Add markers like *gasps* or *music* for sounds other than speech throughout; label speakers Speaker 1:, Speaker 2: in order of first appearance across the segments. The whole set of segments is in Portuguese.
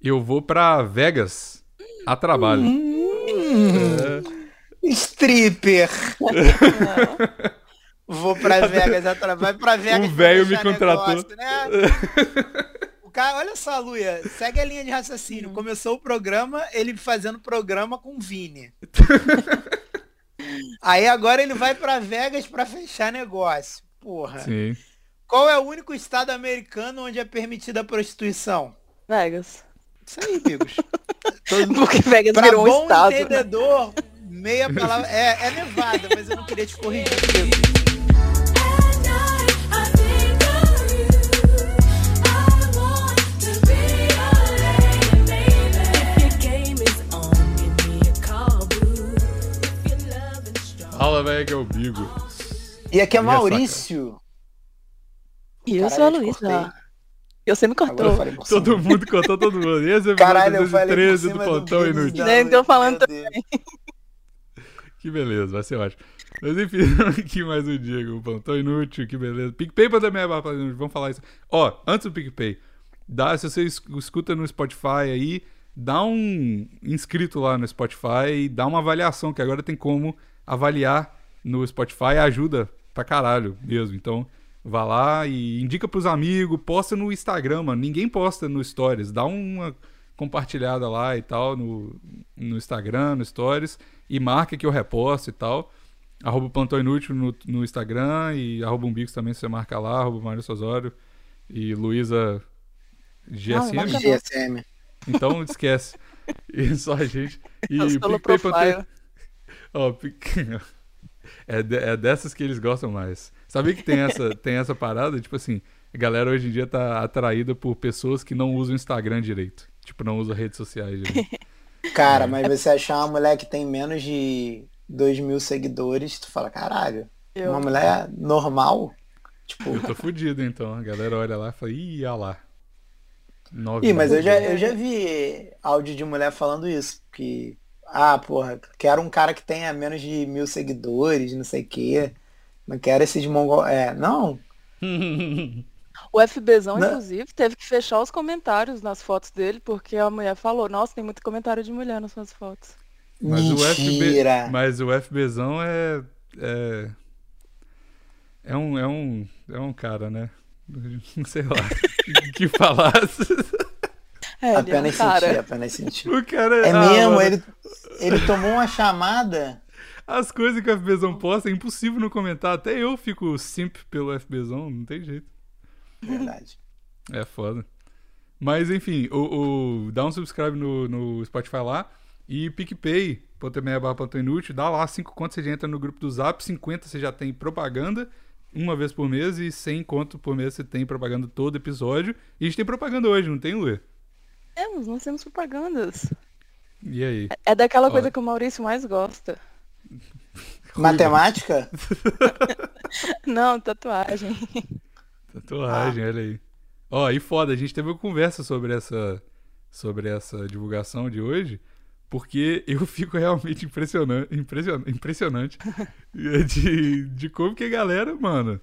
Speaker 1: Eu vou pra Vegas a trabalho.
Speaker 2: Uhum. Hum.
Speaker 1: É.
Speaker 2: Stripper.
Speaker 1: *laughs*
Speaker 2: Vou pra Vegas a trabalho. Pra Vegas
Speaker 1: O
Speaker 2: pra
Speaker 1: velho me
Speaker 2: fechar
Speaker 1: contratou. *laughs*
Speaker 2: negócio, né? O cara, olha só, Luia, segue a linha de
Speaker 1: Hum.
Speaker 2: raciocínio. Começou o programa, ele fazendo programa com
Speaker 1: *laughs*
Speaker 2: o Vini. Aí agora ele vai pra Vegas pra fechar negócio. Porra.
Speaker 1: Sim.
Speaker 2: Qual é o único estado americano onde é permitida a prostituição?
Speaker 3: Vegas.
Speaker 2: Isso aí,
Speaker 1: *laughs*
Speaker 2: amigos.
Speaker 3: *laughs* Porque Vegas
Speaker 2: Pra
Speaker 3: virou um
Speaker 2: Tá bom
Speaker 3: estado. né?
Speaker 2: entendedor, meia palavra. É, é nevada, mas eu não queria te corrigir.
Speaker 1: É,
Speaker 4: And I, I think of you. I want to be your lady, baby. If your game is on, give me a call, boo. If your love is strong,
Speaker 1: Fala, velho, que eu bigo.
Speaker 2: E aqui é
Speaker 1: Olha só,
Speaker 2: Maurício.
Speaker 3: E eu
Speaker 2: Caralho,
Speaker 3: sou a
Speaker 2: te
Speaker 3: Luísa.
Speaker 2: cortei.
Speaker 3: E você me
Speaker 2: Agora eu
Speaker 3: cortou.
Speaker 2: falei por cima.
Speaker 1: Todo mundo contou todo mundo. Esse é o
Speaker 2: *laughs* Caralho, eu falei por
Speaker 1: 13 do
Speaker 2: cima do
Speaker 1: plantão
Speaker 2: Guinness.
Speaker 1: inútil.
Speaker 3: Nem tô falando
Speaker 2: Meu Deus.
Speaker 1: Que beleza, vai ser ótimo. Mas enfim, *laughs* aqui mais um dia com o Plantão Inútil, que beleza. PicPay pra também, barra Plantão Inútil, vamos falar isso. Ó, antes do PicPay, dá, se você es- escuta no Spotify aí, dá um inscrito lá no Spotify e dá uma avaliação, que agora tem como avaliar no Spotify, ajuda pra caralho mesmo. Então, vá lá e indica pros amigos, posta no Instagram, mano. Ninguém posta no Stories, dá uma compartilhada lá e tal no, no Instagram, no Stories, e marca que eu reposto e tal. Arroba o Plantão Inútil no, no Instagram e arroba Umbix também se você marca lá, arroba Mário Sosório e Luísa
Speaker 3: Não,
Speaker 1: GSM.
Speaker 3: marca
Speaker 2: GSM.
Speaker 1: então esquece. E só a gente. E
Speaker 3: Eu sou low
Speaker 1: PicPay pra ter-
Speaker 3: profile.
Speaker 1: *laughs* Ó, pic- é, de- é dessas que eles gostam mais. Sabia que tem essa, tem essa parada? Tipo assim, a galera hoje em dia tá atraída por pessoas que não usam o Instagram direito. Tipo, não usam redes sociais direito.
Speaker 2: Cara, mas você achar uma mulher que tem menos de 2 mil seguidores, tu fala, caralho,
Speaker 3: Eu-
Speaker 2: uma mulher normal? Tipo.
Speaker 1: Eu tô fudido, então. A galera olha lá e fala, ih, olha lá. Nove
Speaker 2: Ih, mas eu
Speaker 1: mil.
Speaker 2: já, eu já vi áudio de mulher falando isso, que. Ah, porra, quero um cara que tenha menos de mil seguidores, não sei o quê. Não quero esses mongol. É, não.
Speaker 3: O FBzão,
Speaker 2: Né?
Speaker 3: inclusive, teve que fechar os comentários nas fotos dele, porque a mulher falou, nossa, tem muito comentário de mulher nas suas fotos.
Speaker 1: Mas o, FB,
Speaker 2: Mentira.
Speaker 1: mas o FBzão é. É, é, um, é, um, é um cara, né? *laughs* Não sei lá. que- que falasse. *laughs*
Speaker 3: É, ele é um
Speaker 2: Apenas senti,
Speaker 3: cara.
Speaker 2: apenas senti.
Speaker 1: O cara
Speaker 2: É
Speaker 1: ah,
Speaker 2: mesmo,
Speaker 1: mano,
Speaker 2: ele, ele tomou uma chamada.
Speaker 1: As coisas que o FBzão posta é impossível não comentar. Até eu fico simp pelo FBzão, não tem jeito.
Speaker 2: Verdade.
Speaker 1: É foda. Mas enfim, o, o- dá um subscribe no, no Spotify lá. E PicPay, .me barra plantão inútil, dá lá 5 conto, você já entra no grupo do Zap, 50 você já tem propaganda uma vez por mês e 100 conto por mês você tem propaganda todo episódio. E a gente tem propaganda hoje, não tem, Luê?
Speaker 3: Temos, nós temos propagandas.
Speaker 1: E aí?
Speaker 3: É daquela coisa
Speaker 1: Olha.
Speaker 3: que o Maurício mais gosta. *laughs*
Speaker 2: Matemática?
Speaker 3: Não, tatuagem.
Speaker 1: Tatuagem, olha aí. Ó, e foda, a gente teve uma conversa sobre essa, sobre essa divulgação de hoje, porque eu *laughs* fico realmente impressionante, impressionante *laughs* de, de como que a galera, mano.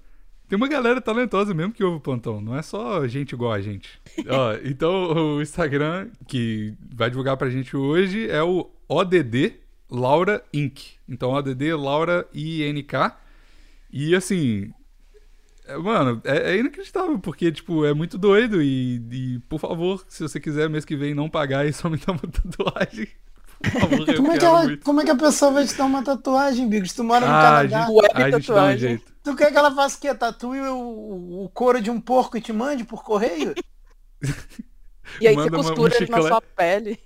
Speaker 1: Tem uma galera talentosa mesmo que ouve o plantão, não é só gente igual a gente. Ó, então o Instagram que vai divulgar pra gente hoje é o ODD Laura Inc. Então ODD Laura INK. E assim, é, Mano, é, é inacreditável, porque, tipo, é muito doido e, e, por favor, se você quiser mês que vem não pagar e só me dar uma *laughs* tatuagem, por favor, eu
Speaker 2: Como é, que
Speaker 1: quero
Speaker 2: ela,
Speaker 1: muito.
Speaker 2: como é que a pessoa vai te dar uma tatuagem, Bigos? Tu mora no
Speaker 1: Ah, a
Speaker 2: Canadá.
Speaker 1: gente,
Speaker 3: Web
Speaker 1: a gente dá um
Speaker 3: tatuagem.
Speaker 1: jeito.
Speaker 2: Tu quer que ela faça o quê? Tatue o, o couro de um porco e te mande por correio?
Speaker 3: E aí
Speaker 1: Manda uma-
Speaker 3: você
Speaker 1: um
Speaker 3: costura ele na
Speaker 1: chiclete.
Speaker 3: sua pele.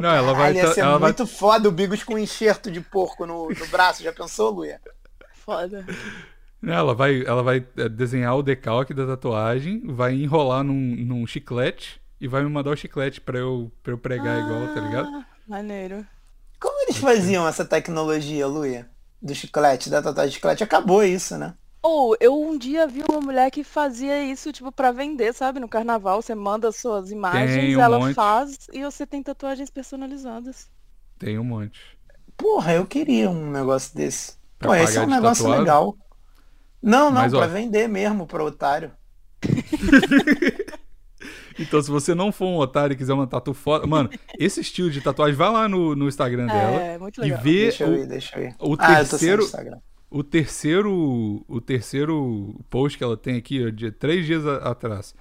Speaker 1: Não, *laughs* ela vai...
Speaker 2: Caralho, Ah, ia
Speaker 1: ta-
Speaker 2: ser
Speaker 1: ela vai-
Speaker 2: muito foda o Bigos com um enxerto de porco no, no braço. Já pensou, Luia?
Speaker 3: Foda.
Speaker 1: Não, Ela vai, ela vai é, desenhar o decalque da tatuagem, vai enrolar num, num chiclete e vai me mandar o chiclete pra eu, pra eu pregar igual, tá ligado?
Speaker 3: Ah, Maneiro.
Speaker 2: Como eles faziam essa tecnologia, Luia? Do chiclete, da tatuagem de chiclete? Acabou isso, né?
Speaker 3: Ou eu um dia vi uma mulher que fazia isso, tipo, pra vender, sabe? No carnaval, você manda suas imagens,
Speaker 1: um
Speaker 3: ela
Speaker 1: monte.
Speaker 3: faz e você tem tatuagens personalizadas.
Speaker 2: Ah.
Speaker 1: Tem um monte.
Speaker 2: Porra, eu queria um negócio desse.
Speaker 1: Pra
Speaker 2: Pô, esse é
Speaker 1: pagar
Speaker 2: um
Speaker 1: de
Speaker 2: negócio
Speaker 1: tatuado?
Speaker 2: legal. Não, não,
Speaker 1: Mas, ó.
Speaker 2: pra vender mesmo, pra otário.
Speaker 1: Então, se você não for um otário e quiser uma tatu foda. Mano, esse estilo de tatuagem, vai lá no, no Instagram dela
Speaker 3: É,
Speaker 1: e
Speaker 3: muito legal.
Speaker 1: vê
Speaker 2: Deixa eu
Speaker 1: o,
Speaker 2: ir, deixa eu ir.
Speaker 1: o
Speaker 2: ah, eu tô sem
Speaker 1: terceiro-
Speaker 2: Instagram.
Speaker 1: o terceiro o terceiro post que ela tem aqui, ó, de três dias a- atrás,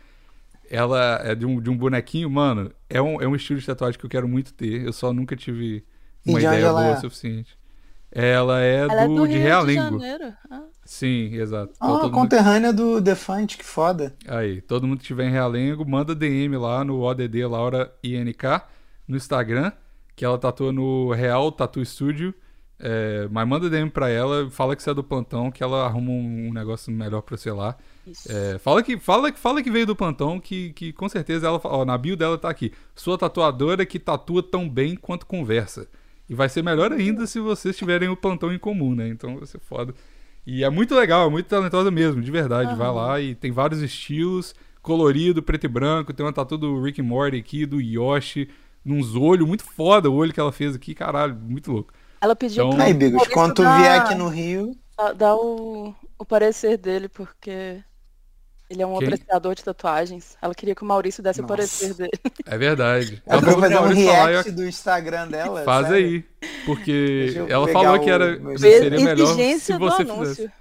Speaker 1: ela é de um, de um bonequinho, mano. É um, é um estilo de tatuagem que eu quero muito ter. Eu só nunca tive
Speaker 2: E
Speaker 1: uma
Speaker 2: de onde
Speaker 1: ideia
Speaker 2: ela
Speaker 1: boa
Speaker 2: é?
Speaker 1: o suficiente. Ela é,
Speaker 3: Ela é
Speaker 1: do,
Speaker 3: do
Speaker 1: de
Speaker 3: Rio de
Speaker 1: Realengo.
Speaker 3: Janeiro. Ah,
Speaker 1: Sim, exato. Então,
Speaker 2: Ah,
Speaker 1: todo mundo-
Speaker 2: conterrânea do Defante, que foda.
Speaker 1: Aí, todo mundo que tiver em Realengo, manda DM lá no ODD Laura INK no Instagram, que ela tatua no Real Tattoo Studio. É, mas manda DM pra ela, fala que você é do plantão, que ela arruma um um negócio melhor pra você lá.
Speaker 3: isso.
Speaker 1: É, fala, que, fala, que- fala que veio do plantão, que, que com certeza ela. fa- Ó, na bio dela tá aqui. Sua tatuadora que tatua tão bem quanto conversa. E vai ser melhor ainda se vocês tiverem o plantão em comum, né? Então vai ser foda. E é muito legal, é muito talentosa mesmo, de verdade. Vai lá e tem vários estilos: colorido, preto e branco. Tem uma tatu do Rick and Morty aqui, do Yoshi, uns olhos, muito foda o olho que ela fez aqui, caralho, muito louco.
Speaker 3: Ela pediu
Speaker 1: Então-
Speaker 3: pra
Speaker 2: Aí, Bigos,
Speaker 3: Maurício
Speaker 2: quando tu
Speaker 3: dar-
Speaker 2: vier aqui no Rio,
Speaker 3: dar- dar o, o parecer dele, porque ele é um
Speaker 1: Quem?
Speaker 3: apreciador de tatuagens. Ela queria que o Maurício desse
Speaker 2: Nossa.
Speaker 3: o parecer dele.
Speaker 1: É verdade.
Speaker 2: eu
Speaker 1: falou
Speaker 2: vou
Speaker 1: pro
Speaker 2: fazer um
Speaker 1: Maurício falar, eu
Speaker 2: react do Instagram dela.
Speaker 1: Faz
Speaker 2: sério.
Speaker 1: aí. Porque
Speaker 2: Tá Deixa eu
Speaker 1: ela
Speaker 2: pegar
Speaker 1: falou que
Speaker 2: o
Speaker 1: era
Speaker 2: meu
Speaker 1: seria
Speaker 3: Exigência
Speaker 1: melhor se
Speaker 3: do
Speaker 1: você
Speaker 3: anúncio.
Speaker 1: fizesse.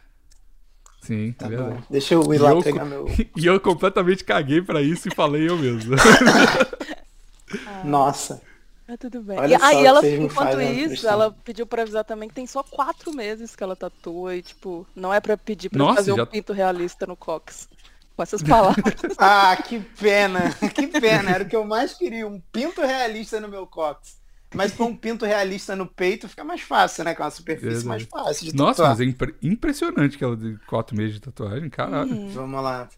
Speaker 1: Sim,
Speaker 2: Tá
Speaker 1: é
Speaker 2: bom.
Speaker 1: verdade.
Speaker 2: Deixa eu ir
Speaker 1: E
Speaker 2: lá
Speaker 1: eu-
Speaker 2: pegar meu.
Speaker 1: *laughs* E eu completamente caguei pra isso e falei eu
Speaker 2: *laughs*
Speaker 1: mesmo.
Speaker 2: Nossa.
Speaker 3: Ah, tudo bem.
Speaker 2: Olha
Speaker 3: e,
Speaker 2: só
Speaker 3: aí
Speaker 2: o que
Speaker 3: ela,
Speaker 2: vocês me
Speaker 3: enquanto
Speaker 2: fazem,
Speaker 3: isso,
Speaker 2: Cristão.
Speaker 3: ela pediu pra avisar também que tem só quatro meses que ela tatua e, tipo, não é pra pedir pra
Speaker 1: Nossa,
Speaker 3: fazer
Speaker 1: já-
Speaker 3: um pinto realista no Cox. Com essas palavras.
Speaker 1: *laughs*
Speaker 2: Ah, que pena. *laughs* Que pena. Era o que eu mais queria. Um pinto realista no meu cox. Mas com um pinto realista no peito fica mais fácil, né? Com uma superfície
Speaker 1: Verdade.
Speaker 2: mais fácil de
Speaker 1: Nossa,
Speaker 2: tatuar.
Speaker 1: mas é impre- impressionante que ela de quatro meses de tatuagem, caralho.
Speaker 3: Uhum.
Speaker 2: Vamos lá.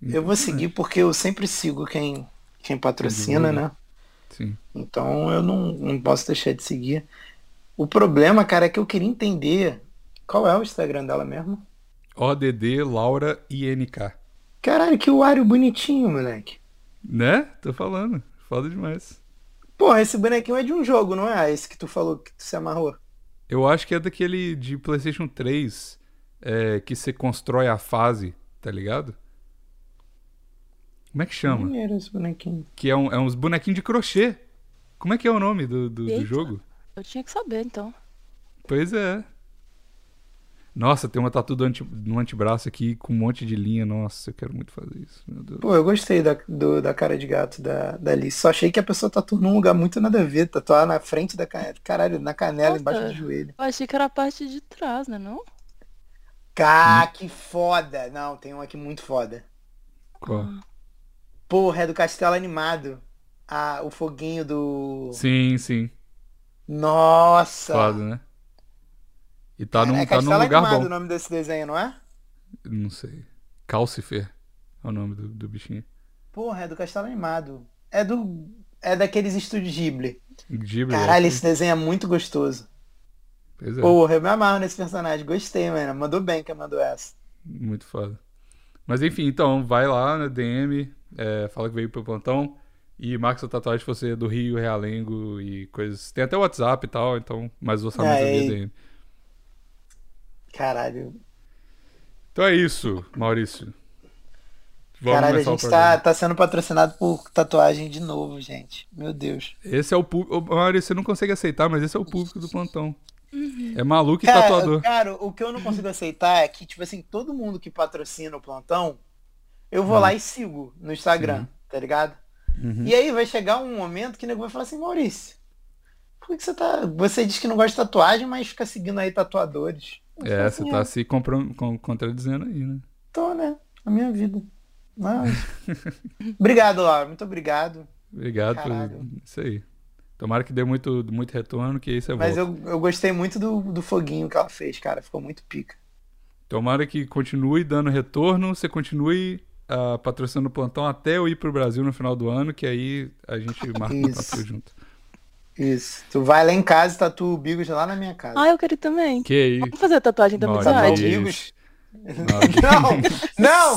Speaker 2: Eu vou seguir porque eu sempre sigo quem, quem patrocina, né?
Speaker 1: Sim.
Speaker 2: Então eu não, não posso deixar de seguir. O problema, cara, é que eu queria entender qual é o Instagram dela mesmo.
Speaker 1: ODD Laura INK.
Speaker 2: Caralho, que uário bonitinho, moleque.
Speaker 1: Né? Tô falando. Foda demais.
Speaker 2: Pô, esse bonequinho é de um jogo, não é? Esse que tu falou que tu se amarrou.
Speaker 1: Eu acho que é daquele de PlayStation 3 é, que você constrói a fase, tá ligado? Como é que chama?
Speaker 2: Maneiro esse bonequinho.
Speaker 1: Que é, um, é uns bonequinhos de crochê. Como é que é o nome do, do, do
Speaker 3: Eita.
Speaker 1: jogo?
Speaker 3: Eu tinha que saber, então.
Speaker 1: Pois é. Nossa, tem uma tatu do anti- no antebraço aqui com um monte de linha. Nossa, eu quero muito fazer isso. Meu Deus.
Speaker 2: Pô, eu gostei da, do- da cara de gato da, da Alice. Só achei que a pessoa tatuou num lugar muito nada a ver. Tatuar na frente da canela. Caralho, na canela,
Speaker 3: Nossa.
Speaker 2: embaixo do joelho.
Speaker 3: Eu achei que era a parte de trás, né, não?
Speaker 2: Cá,
Speaker 1: Hum.
Speaker 2: que foda. Não, tem um aqui muito foda.
Speaker 1: Qual?
Speaker 2: Porra, é do Castelo Animado. Ah, o foguinho do...
Speaker 1: Sim, sim.
Speaker 2: Nossa!
Speaker 1: Foda, né? E tá num,
Speaker 2: é
Speaker 1: tá num
Speaker 2: Castelo
Speaker 1: lugar
Speaker 2: Animado o
Speaker 1: bom.
Speaker 2: nome desse desenho, não é?
Speaker 1: Não sei. Calcifer é o nome do, do bichinho.
Speaker 2: Porra, é do Castelo Animado. É do. É daqueles estúdios Ghibli.
Speaker 1: Ghibli.
Speaker 2: Caralho,
Speaker 1: é.
Speaker 2: esse desenho é muito gostoso.
Speaker 1: Pois é.
Speaker 2: Porra, eu me amarro nesse personagem. Gostei, mano. Mandou bem que mandou essa.
Speaker 1: Muito foda. Mas enfim, então, vai lá na DM, é, fala que veio pro plantão e marca sua tatuagem se você é do Rio, Realengo e coisas. Tem até o WhatsApp e tal, então, mas o orçamento é via
Speaker 2: Aí.
Speaker 1: DM.
Speaker 2: Caralho.
Speaker 1: Então é isso, Maurício.
Speaker 2: Caralho, a
Speaker 1: começar o
Speaker 2: gente tá,
Speaker 1: programa.
Speaker 2: tá sendo patrocinado por tatuagem de novo, gente. Meu Deus.
Speaker 1: Esse é o público. Maurício, você não consegue aceitar, mas esse é o público do plantão. É maluco e
Speaker 2: Cara,
Speaker 1: tatuador.
Speaker 2: cara, o que eu não consigo aceitar é que, tipo assim, todo mundo que patrocina o plantão, eu vou
Speaker 1: Hum.
Speaker 2: lá e sigo no Instagram, tá ligado?
Speaker 1: Uhum.
Speaker 2: E aí vai chegar um momento que o nego vai falar assim, Maurício, por que que você tá. Você diz que não gosta de tatuagem, mas fica seguindo aí tatuadores. Eu falo
Speaker 1: É, você
Speaker 2: assim,
Speaker 1: tá se compro- con- contradizendo aí, né?
Speaker 2: Tô, né? A minha vida. Mas... obrigado, Laura. Muito obrigado.
Speaker 1: Obrigado por
Speaker 2: Caralho.
Speaker 1: isso aí. Tomara que dê muito, muito retorno, que isso é
Speaker 2: Mas eu, eu gostei muito do, do foguinho que ela fez, cara. Ficou muito pica.
Speaker 1: Tomara que continue dando retorno, você continue ah, patrocinando o plantão até eu ir pro Brasil no final do ano, que aí a
Speaker 2: *laughs*
Speaker 1: gente marca o
Speaker 2: Isso.
Speaker 1: tatu junto.
Speaker 2: Isso. Tu vai lá em casa e tatua o Bigos lá na minha casa.
Speaker 3: Ah, eu quero também.
Speaker 1: Que aí,
Speaker 3: Vamos fazer a tatuagem da
Speaker 2: Tatuar o
Speaker 3: amizade?
Speaker 2: Bigos?
Speaker 1: Maurício.
Speaker 2: Não! Não!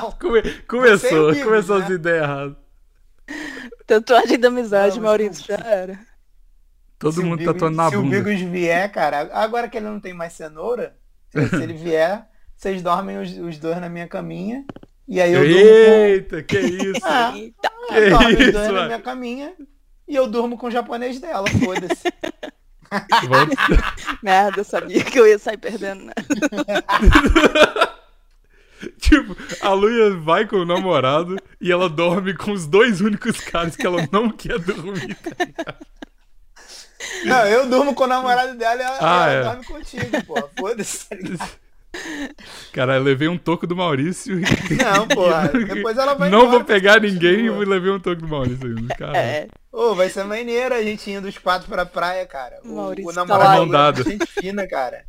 Speaker 2: Não!
Speaker 1: Come-
Speaker 2: Você e o
Speaker 1: começou,
Speaker 2: Bigos,
Speaker 1: começou
Speaker 2: né?
Speaker 1: as ideias erradas.
Speaker 3: Tatuagem da amizade,
Speaker 2: Não, mas
Speaker 3: Maurício, já era.
Speaker 1: Todo
Speaker 2: Se o
Speaker 1: mundo
Speaker 2: Bigos-
Speaker 1: tatuando na
Speaker 2: se
Speaker 1: bunda.
Speaker 2: o Bigos vier, cara, agora que ele não tem mais cenoura, se ele vier, vocês dormem os, os dois na minha caminha E aí eu um durmo
Speaker 1: Eita, que isso?
Speaker 2: com... *laughs* Ah,
Speaker 3: Eita.
Speaker 1: que
Speaker 2: eu dorme os dois
Speaker 1: isso,
Speaker 2: na
Speaker 1: ué?
Speaker 2: minha caminha e eu durmo com o japonês dela, foda-se.
Speaker 1: Vamos- *laughs*
Speaker 3: Merda, eu sabia que eu ia sair perdendo. né?
Speaker 1: Tipo, a Luia vai com o namorado e ela dorme com os dois únicos caras que ela não quer
Speaker 2: *laughs*
Speaker 1: dormir.
Speaker 2: Não, eu durmo com o namorado dela e ela,
Speaker 1: Ah,
Speaker 2: ela
Speaker 1: é.
Speaker 2: dorme contigo, pô. Foda-se. tá ligado?
Speaker 1: Cara, eu levei um toco do Maurício e *laughs*
Speaker 2: Não, porra. Depois ela vai
Speaker 1: não
Speaker 2: embora,
Speaker 1: vou pegar ninguém e
Speaker 2: continua.
Speaker 1: levei um toco do Maurício ainda. Cara,
Speaker 3: É.
Speaker 2: Ô, vai ser maneiro a gente indo os quatro pra praia, cara. O,
Speaker 3: Maurício
Speaker 2: o
Speaker 3: tá
Speaker 1: lá.
Speaker 2: namorado
Speaker 1: Mão dada.
Speaker 2: dela é gente fina, cara.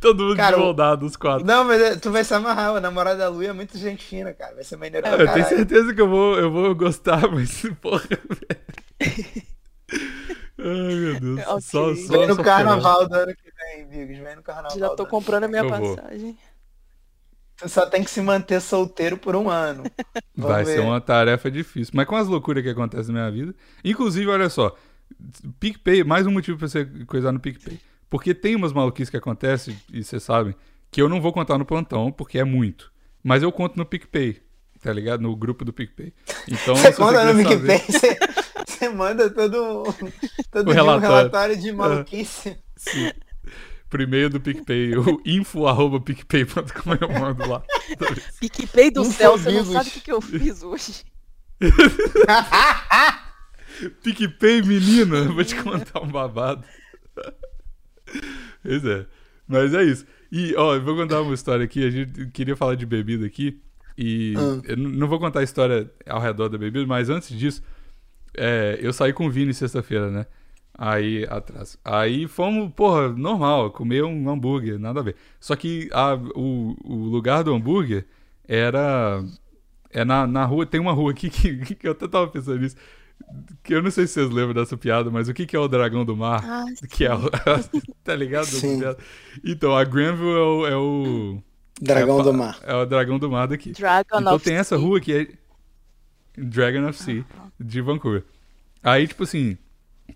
Speaker 1: todo mundo
Speaker 2: Cara,
Speaker 1: desmoldado, os quatro.
Speaker 2: Não, mas é- tu vai se amarrar, o namorado da Lu é muito gente fina, cara. Vai ser maneiro pra
Speaker 1: É, Eu tenho
Speaker 2: caralho.
Speaker 1: certeza que eu vou, eu vou gostar, *laughs* mas
Speaker 3: *laughs*
Speaker 1: porra, velho. Ai, meu Deus.
Speaker 3: Ok.
Speaker 1: Só, só,
Speaker 2: Vem
Speaker 1: só
Speaker 2: no
Speaker 1: ferrou.
Speaker 2: carnaval do ano que vem, Bigos. Vem no carnaval.
Speaker 3: Já
Speaker 2: do
Speaker 3: tô
Speaker 2: ano
Speaker 3: comprando a minha
Speaker 1: Eu vou.
Speaker 3: passagem.
Speaker 2: Tu só tem que se manter solteiro por um
Speaker 1: *laughs*
Speaker 2: ano. Vamos
Speaker 1: Vai
Speaker 2: ver.
Speaker 1: ser um uma tarefa difícil. Mas com as loucuras que acontecem na minha vida. Inclusive, olha só. PicPay, mais um motivo pra você coisar no PicPay. Porque tem umas maluquices que acontecem, e vocês sabem, que eu não vou contar no plantão, porque é muito. Mas eu conto no PicPay, tá ligado? No grupo do PicPay.
Speaker 2: *laughs*
Speaker 1: Então,
Speaker 2: Você
Speaker 1: se
Speaker 2: conta no
Speaker 1: quiser
Speaker 2: PicPay,
Speaker 1: saber-
Speaker 2: você, você manda todo, um-
Speaker 1: *laughs*
Speaker 2: todo
Speaker 1: O
Speaker 2: dia um
Speaker 1: relatório. É.
Speaker 2: relatório de maluquice.
Speaker 1: Sim. Pro e-mail do PicPay, o info arroba picpay.com eu mando
Speaker 2: *laughs*
Speaker 1: lá.
Speaker 3: PicPay do
Speaker 2: Info
Speaker 3: céu, você não
Speaker 2: vivos.
Speaker 3: sabe o que, que eu fiz hoje.
Speaker 1: PicPay, menina, *laughs* eu vou te contar um babado. Pois é. Mas é isso. E, ó, eu vou contar uma história aqui. A gente queria falar de bebida aqui. E eu n- não vou contar a história ao redor da bebida, mas antes disso, é, eu saí com o Vini sexta-feira, né? Aí atrás. Aí fomos, porra, normal, comer um hambúrguer, nada a ver. Só que a- o, o lugar do hambúrguer era. É na, na rua, tem uma rua aqui que, *laughs* que eu até tava pensando nisso. Que eu não sei se vocês lembram dessa piada, mas o que, que é o dragão do mar?
Speaker 3: Ah,
Speaker 1: *laughs* que é o. *laughs* tá ligado?
Speaker 2: Sim.
Speaker 1: Então, a Granville é o. É o,
Speaker 2: Dragão
Speaker 1: é,
Speaker 2: do mar.
Speaker 1: É o dragão do mar daqui.
Speaker 3: Dragon
Speaker 1: Então
Speaker 3: of
Speaker 1: tem essa
Speaker 3: Sea. Ah, tá.
Speaker 1: rua que é Dragon of Sea, de Vancouver. Aí, tipo assim,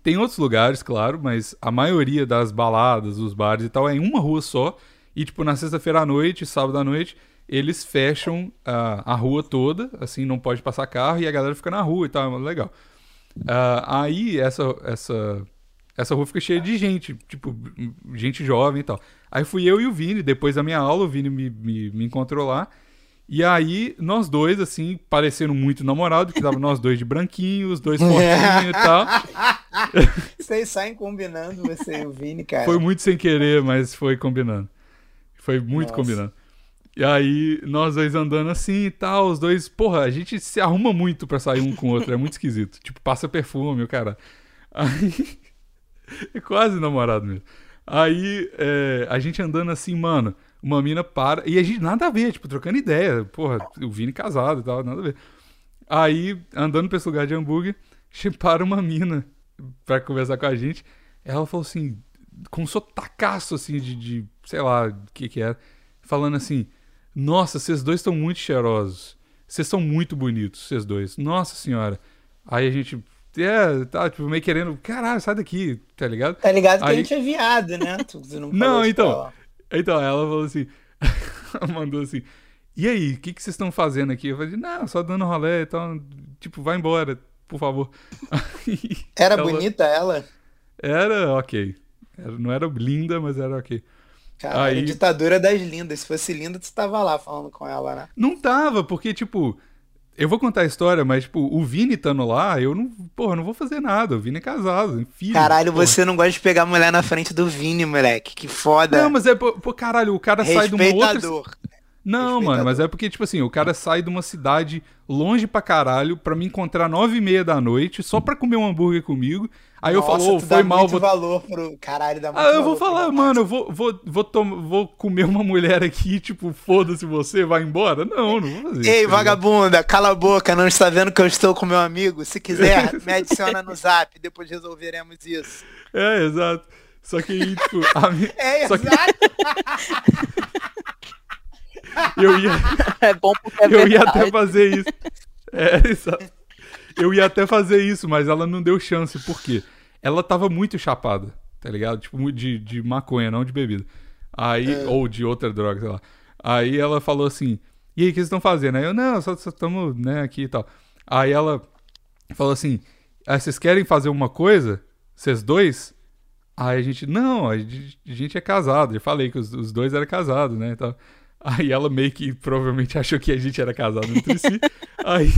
Speaker 1: tem outros lugares, claro, mas a maioria das baladas, os bares e tal, é em uma rua só. E, tipo, na sexta-feira à noite, sábado à noite, eles fecham ah, a rua toda, assim, não pode passar carro e a galera fica na rua e tal, é legal. Ah, aí essa, essa, essa rua fica cheia de gente, tipo, gente jovem e tal. Aí fui eu e o Vini, depois da minha aula, o Vini me, me, me encontrou lá. E aí, nós dois, assim, parecendo muito namorado, que tava nós dois de branquinho, os dois fortinhos e tal.
Speaker 2: Vocês saem combinando, você e o Vini, cara.
Speaker 1: Foi muito sem querer, mas foi combinando. Foi muito
Speaker 2: Nossa.
Speaker 1: combinando. E aí, nós dois andando assim e tal, os dois, porra, a gente se arruma muito pra sair um com o outro, é muito esquisito. *laughs* Tipo, passa perfume, o cara. Aí, *laughs* é quase namorado mesmo. Aí, é, a gente andando assim, mano, uma mina para, e a gente nada a ver, tipo, trocando ideia, porra, o Vini casado e tal, nada a ver. Aí, andando pra esse lugar de hambúrguer, *laughs* che- para uma mina pra conversar com a gente. Ela falou assim, com um sotacaço, assim, de, de sei lá o que que era, falando assim, nossa, vocês dois estão muito cheirosos. Vocês são muito bonitos, vocês dois. Nossa senhora. Aí a gente, é, tá, tipo, meio querendo, caralho, sai daqui, tá ligado?
Speaker 2: Tá ligado que
Speaker 1: Aí-
Speaker 2: a gente é viado, né? Tu, tu não, falou
Speaker 1: Não,
Speaker 2: isso pra
Speaker 1: então.
Speaker 2: ela.
Speaker 1: Então, ela falou assim. *laughs* ela mandou assim. E aí, o que, que vocês estão fazendo aqui? Eu falei, não, só dando rolé e tal. Tipo, vai embora, por favor. Aí
Speaker 2: Era
Speaker 1: ela-
Speaker 2: bonita ela?
Speaker 1: Era ok. Era- não era linda, mas era ok.
Speaker 2: Cara,
Speaker 1: Aí-
Speaker 2: era ditadura das lindas. Se fosse linda, tu tava lá falando com ela, né?
Speaker 1: Não tava, porque, tipo, eu vou contar a história, mas, tipo, o Vini estando lá, eu não, porra, não vou fazer nada. O Vini é casado, filho.
Speaker 2: Caralho,
Speaker 1: porra.
Speaker 2: você não gosta de pegar mulher na frente do Vini, moleque. Que foda.
Speaker 1: Não, mas é, pô, pô, caralho, o cara sai de uma outra.
Speaker 2: Respeitador.
Speaker 1: Não, mano, mas é porque, tipo assim, o cara sai de uma cidade longe pra caralho pra me encontrar nove e meia da noite só pra comer um hambúrguer comigo. Aí eu
Speaker 2: Nossa,
Speaker 1: falo, "Ô,
Speaker 2: tu
Speaker 1: foi
Speaker 2: dá
Speaker 1: mal,
Speaker 2: muito
Speaker 1: vou...
Speaker 2: valor pro caralho da
Speaker 1: Ah, eu vou falar, mano, eu vou, vou, vou, tom- vou comer uma mulher aqui, *laughs* tipo, foda-se você, vai embora. Não, não vou fazer isso.
Speaker 2: Ei,
Speaker 1: tá ligado?
Speaker 2: vagabunda, cala a boca, não está vendo que eu estou com meu amigo?
Speaker 1: *laughs*
Speaker 2: Se quiser, me adiciona no zap, depois resolveremos isso.
Speaker 1: É, exato. Só que, aí, tipo, a mi- *laughs*
Speaker 2: É,
Speaker 1: Só que-
Speaker 2: exato.
Speaker 1: eu ia...
Speaker 3: É bom porque é
Speaker 1: eu
Speaker 3: verdade.
Speaker 1: ia até fazer isso. É, *laughs* exato. Eu ia até fazer isso, mas ela não deu chance, por quê? Ela tava muito chapada, tá ligado? Tipo, muito de, de maconha, não de bebida. Aí, ou de outra droga, sei lá. Aí ela falou assim: E aí, o que vocês estão fazendo? Aí eu, não, só estamos né, aqui e tal. Aí ela falou assim: ah, vocês querem fazer uma coisa? Vocês dois? Aí a gente, não, a gente, a gente é casado. Já falei que os, os dois eram casados, né? e tal. Aí ela meio que provavelmente achou que a gente era casado entre
Speaker 2: *laughs*
Speaker 1: si. aí,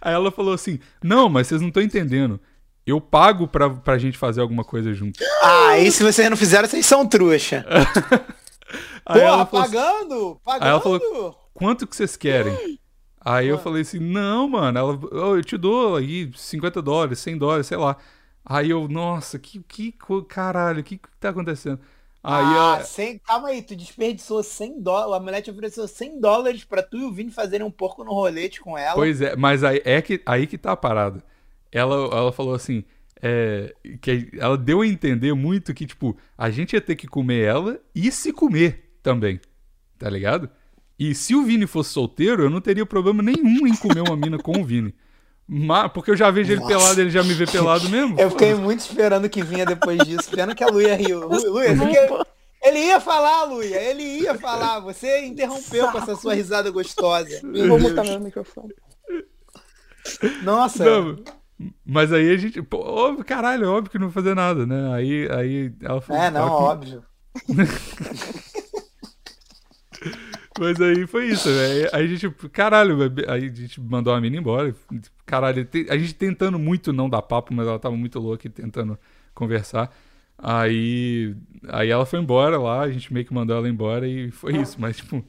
Speaker 1: aí ela falou assim: não, mas vocês não estão entendendo. Eu pago pra, pra gente fazer alguma coisa junto.
Speaker 2: Ah, e se vocês não fizeram, vocês são trouxa.
Speaker 1: Aí ela
Speaker 2: Porra,
Speaker 1: falou assim,
Speaker 2: pagando, pagando.
Speaker 1: ela quanto que vocês querem? Aí
Speaker 2: Ah.
Speaker 1: eu falei assim, não, mano, ela, "Ô, eu te dou aí 50 dólares, 100 dólares, sei lá. Aí eu, nossa, que, que co- caralho, o que, que tá acontecendo? Aí
Speaker 2: ah,
Speaker 1: ela-
Speaker 2: cem- calma aí, tu desperdiçou 100 dólares, a mulher te ofereceu 100 dólares pra tu e o Vini fazerem um porco no rolete com ela.
Speaker 1: pois é, mas aí, é que, aí que tá a parada. Ela, ela falou assim, é, que ela deu a entender muito que, tipo, a gente ia ter que comer ela e se comer também, tá ligado? E se o Vini fosse solteiro, eu não teria problema nenhum em comer uma mina com o Vini. Mas, porque eu já vejo ele
Speaker 2: Nossa.
Speaker 1: pelado, ele já me vê pelado mesmo.
Speaker 2: Eu fiquei muito esperando que vinha depois disso, pena que a Luia riu. Lu- Luia, porque ele ia falar, Luia, ele ia falar, você interrompeu com essa sua risada gostosa. Meu
Speaker 3: Vou
Speaker 2: Deus.
Speaker 1: *laughs*
Speaker 3: mutar meu microfone.
Speaker 2: Nossa,
Speaker 1: Não, mas aí a gente. Pô, óbvio, caralho, é óbvio que não vai fazer nada, né? Aí, aí ela falou.
Speaker 2: é, não,
Speaker 1: "Tá ok."
Speaker 2: óbvio.
Speaker 1: Mas aí foi isso, velho. Aí a gente, caralho, velho, aí a gente mandou a mina embora. Caralho, te- a gente tentando muito não dar papo, mas ela tava muito louca e tentando conversar. Aí, aí ela foi embora lá, a gente meio que mandou ela embora e foi isso. Mas, tipo,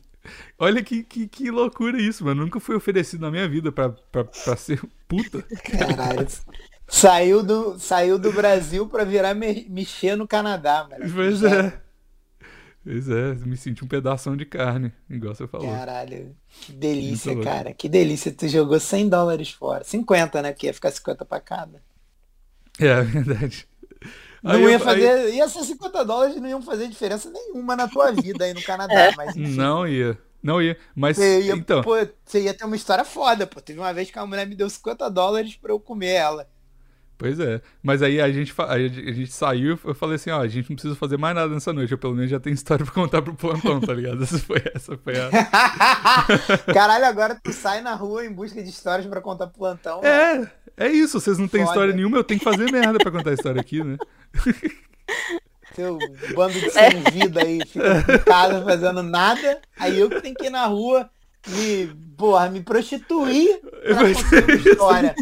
Speaker 1: olha que, que, que loucura isso, mano. Nunca fui oferecido na minha vida pra, pra, pra ser
Speaker 2: *laughs*
Speaker 1: puta.
Speaker 2: Caralho. Saiu do, saiu do Brasil pra virar me- mexer no Canadá, mano.
Speaker 1: Pois é. Pois é, me senti um pedação de carne, igual você falou.
Speaker 2: É. Caralho, que delícia,
Speaker 1: Muito louco.
Speaker 2: cara. Que delícia. Tu jogou 100 dólares fora. 50, né? Porque ia ficar 50 pra cada.
Speaker 1: É, é verdade.
Speaker 2: Não
Speaker 1: Aí eu-
Speaker 2: ia
Speaker 1: aí-
Speaker 2: fazer. Ia ser 50 dólares não iam fazer diferença nenhuma na tua vida aí no Canadá. Mas enfim,
Speaker 1: Não ia. Não ia. Mas,
Speaker 2: você É, ia,
Speaker 1: então,
Speaker 2: pô, você ia ter uma história foda, pô. Teve uma vez que uma mulher me deu 50 dólares pra eu comer
Speaker 1: *laughs*
Speaker 2: ela.
Speaker 1: pois é. Mas aí a gente, fa- aí a gente saiu eu falei assim, ó, a gente não precisa fazer mais nada nessa noite. Eu pelo menos já tenho história pra contar pro plantão, tá ligado? *laughs* Essa foi, essa foi a...
Speaker 2: *laughs* Caralho, agora tu sai na rua em busca de histórias pra contar pro plantão. né?
Speaker 1: É, é isso. Vocês não têm
Speaker 2: Foda.
Speaker 1: história nenhuma, eu tenho que fazer merda pra contar a história aqui, né?
Speaker 2: Teu bando de sem vida aí fica em casa fazendo nada. Aí eu que tenho que ir na rua me, porra, me prostituir pra
Speaker 1: Vai
Speaker 2: conseguir uma história.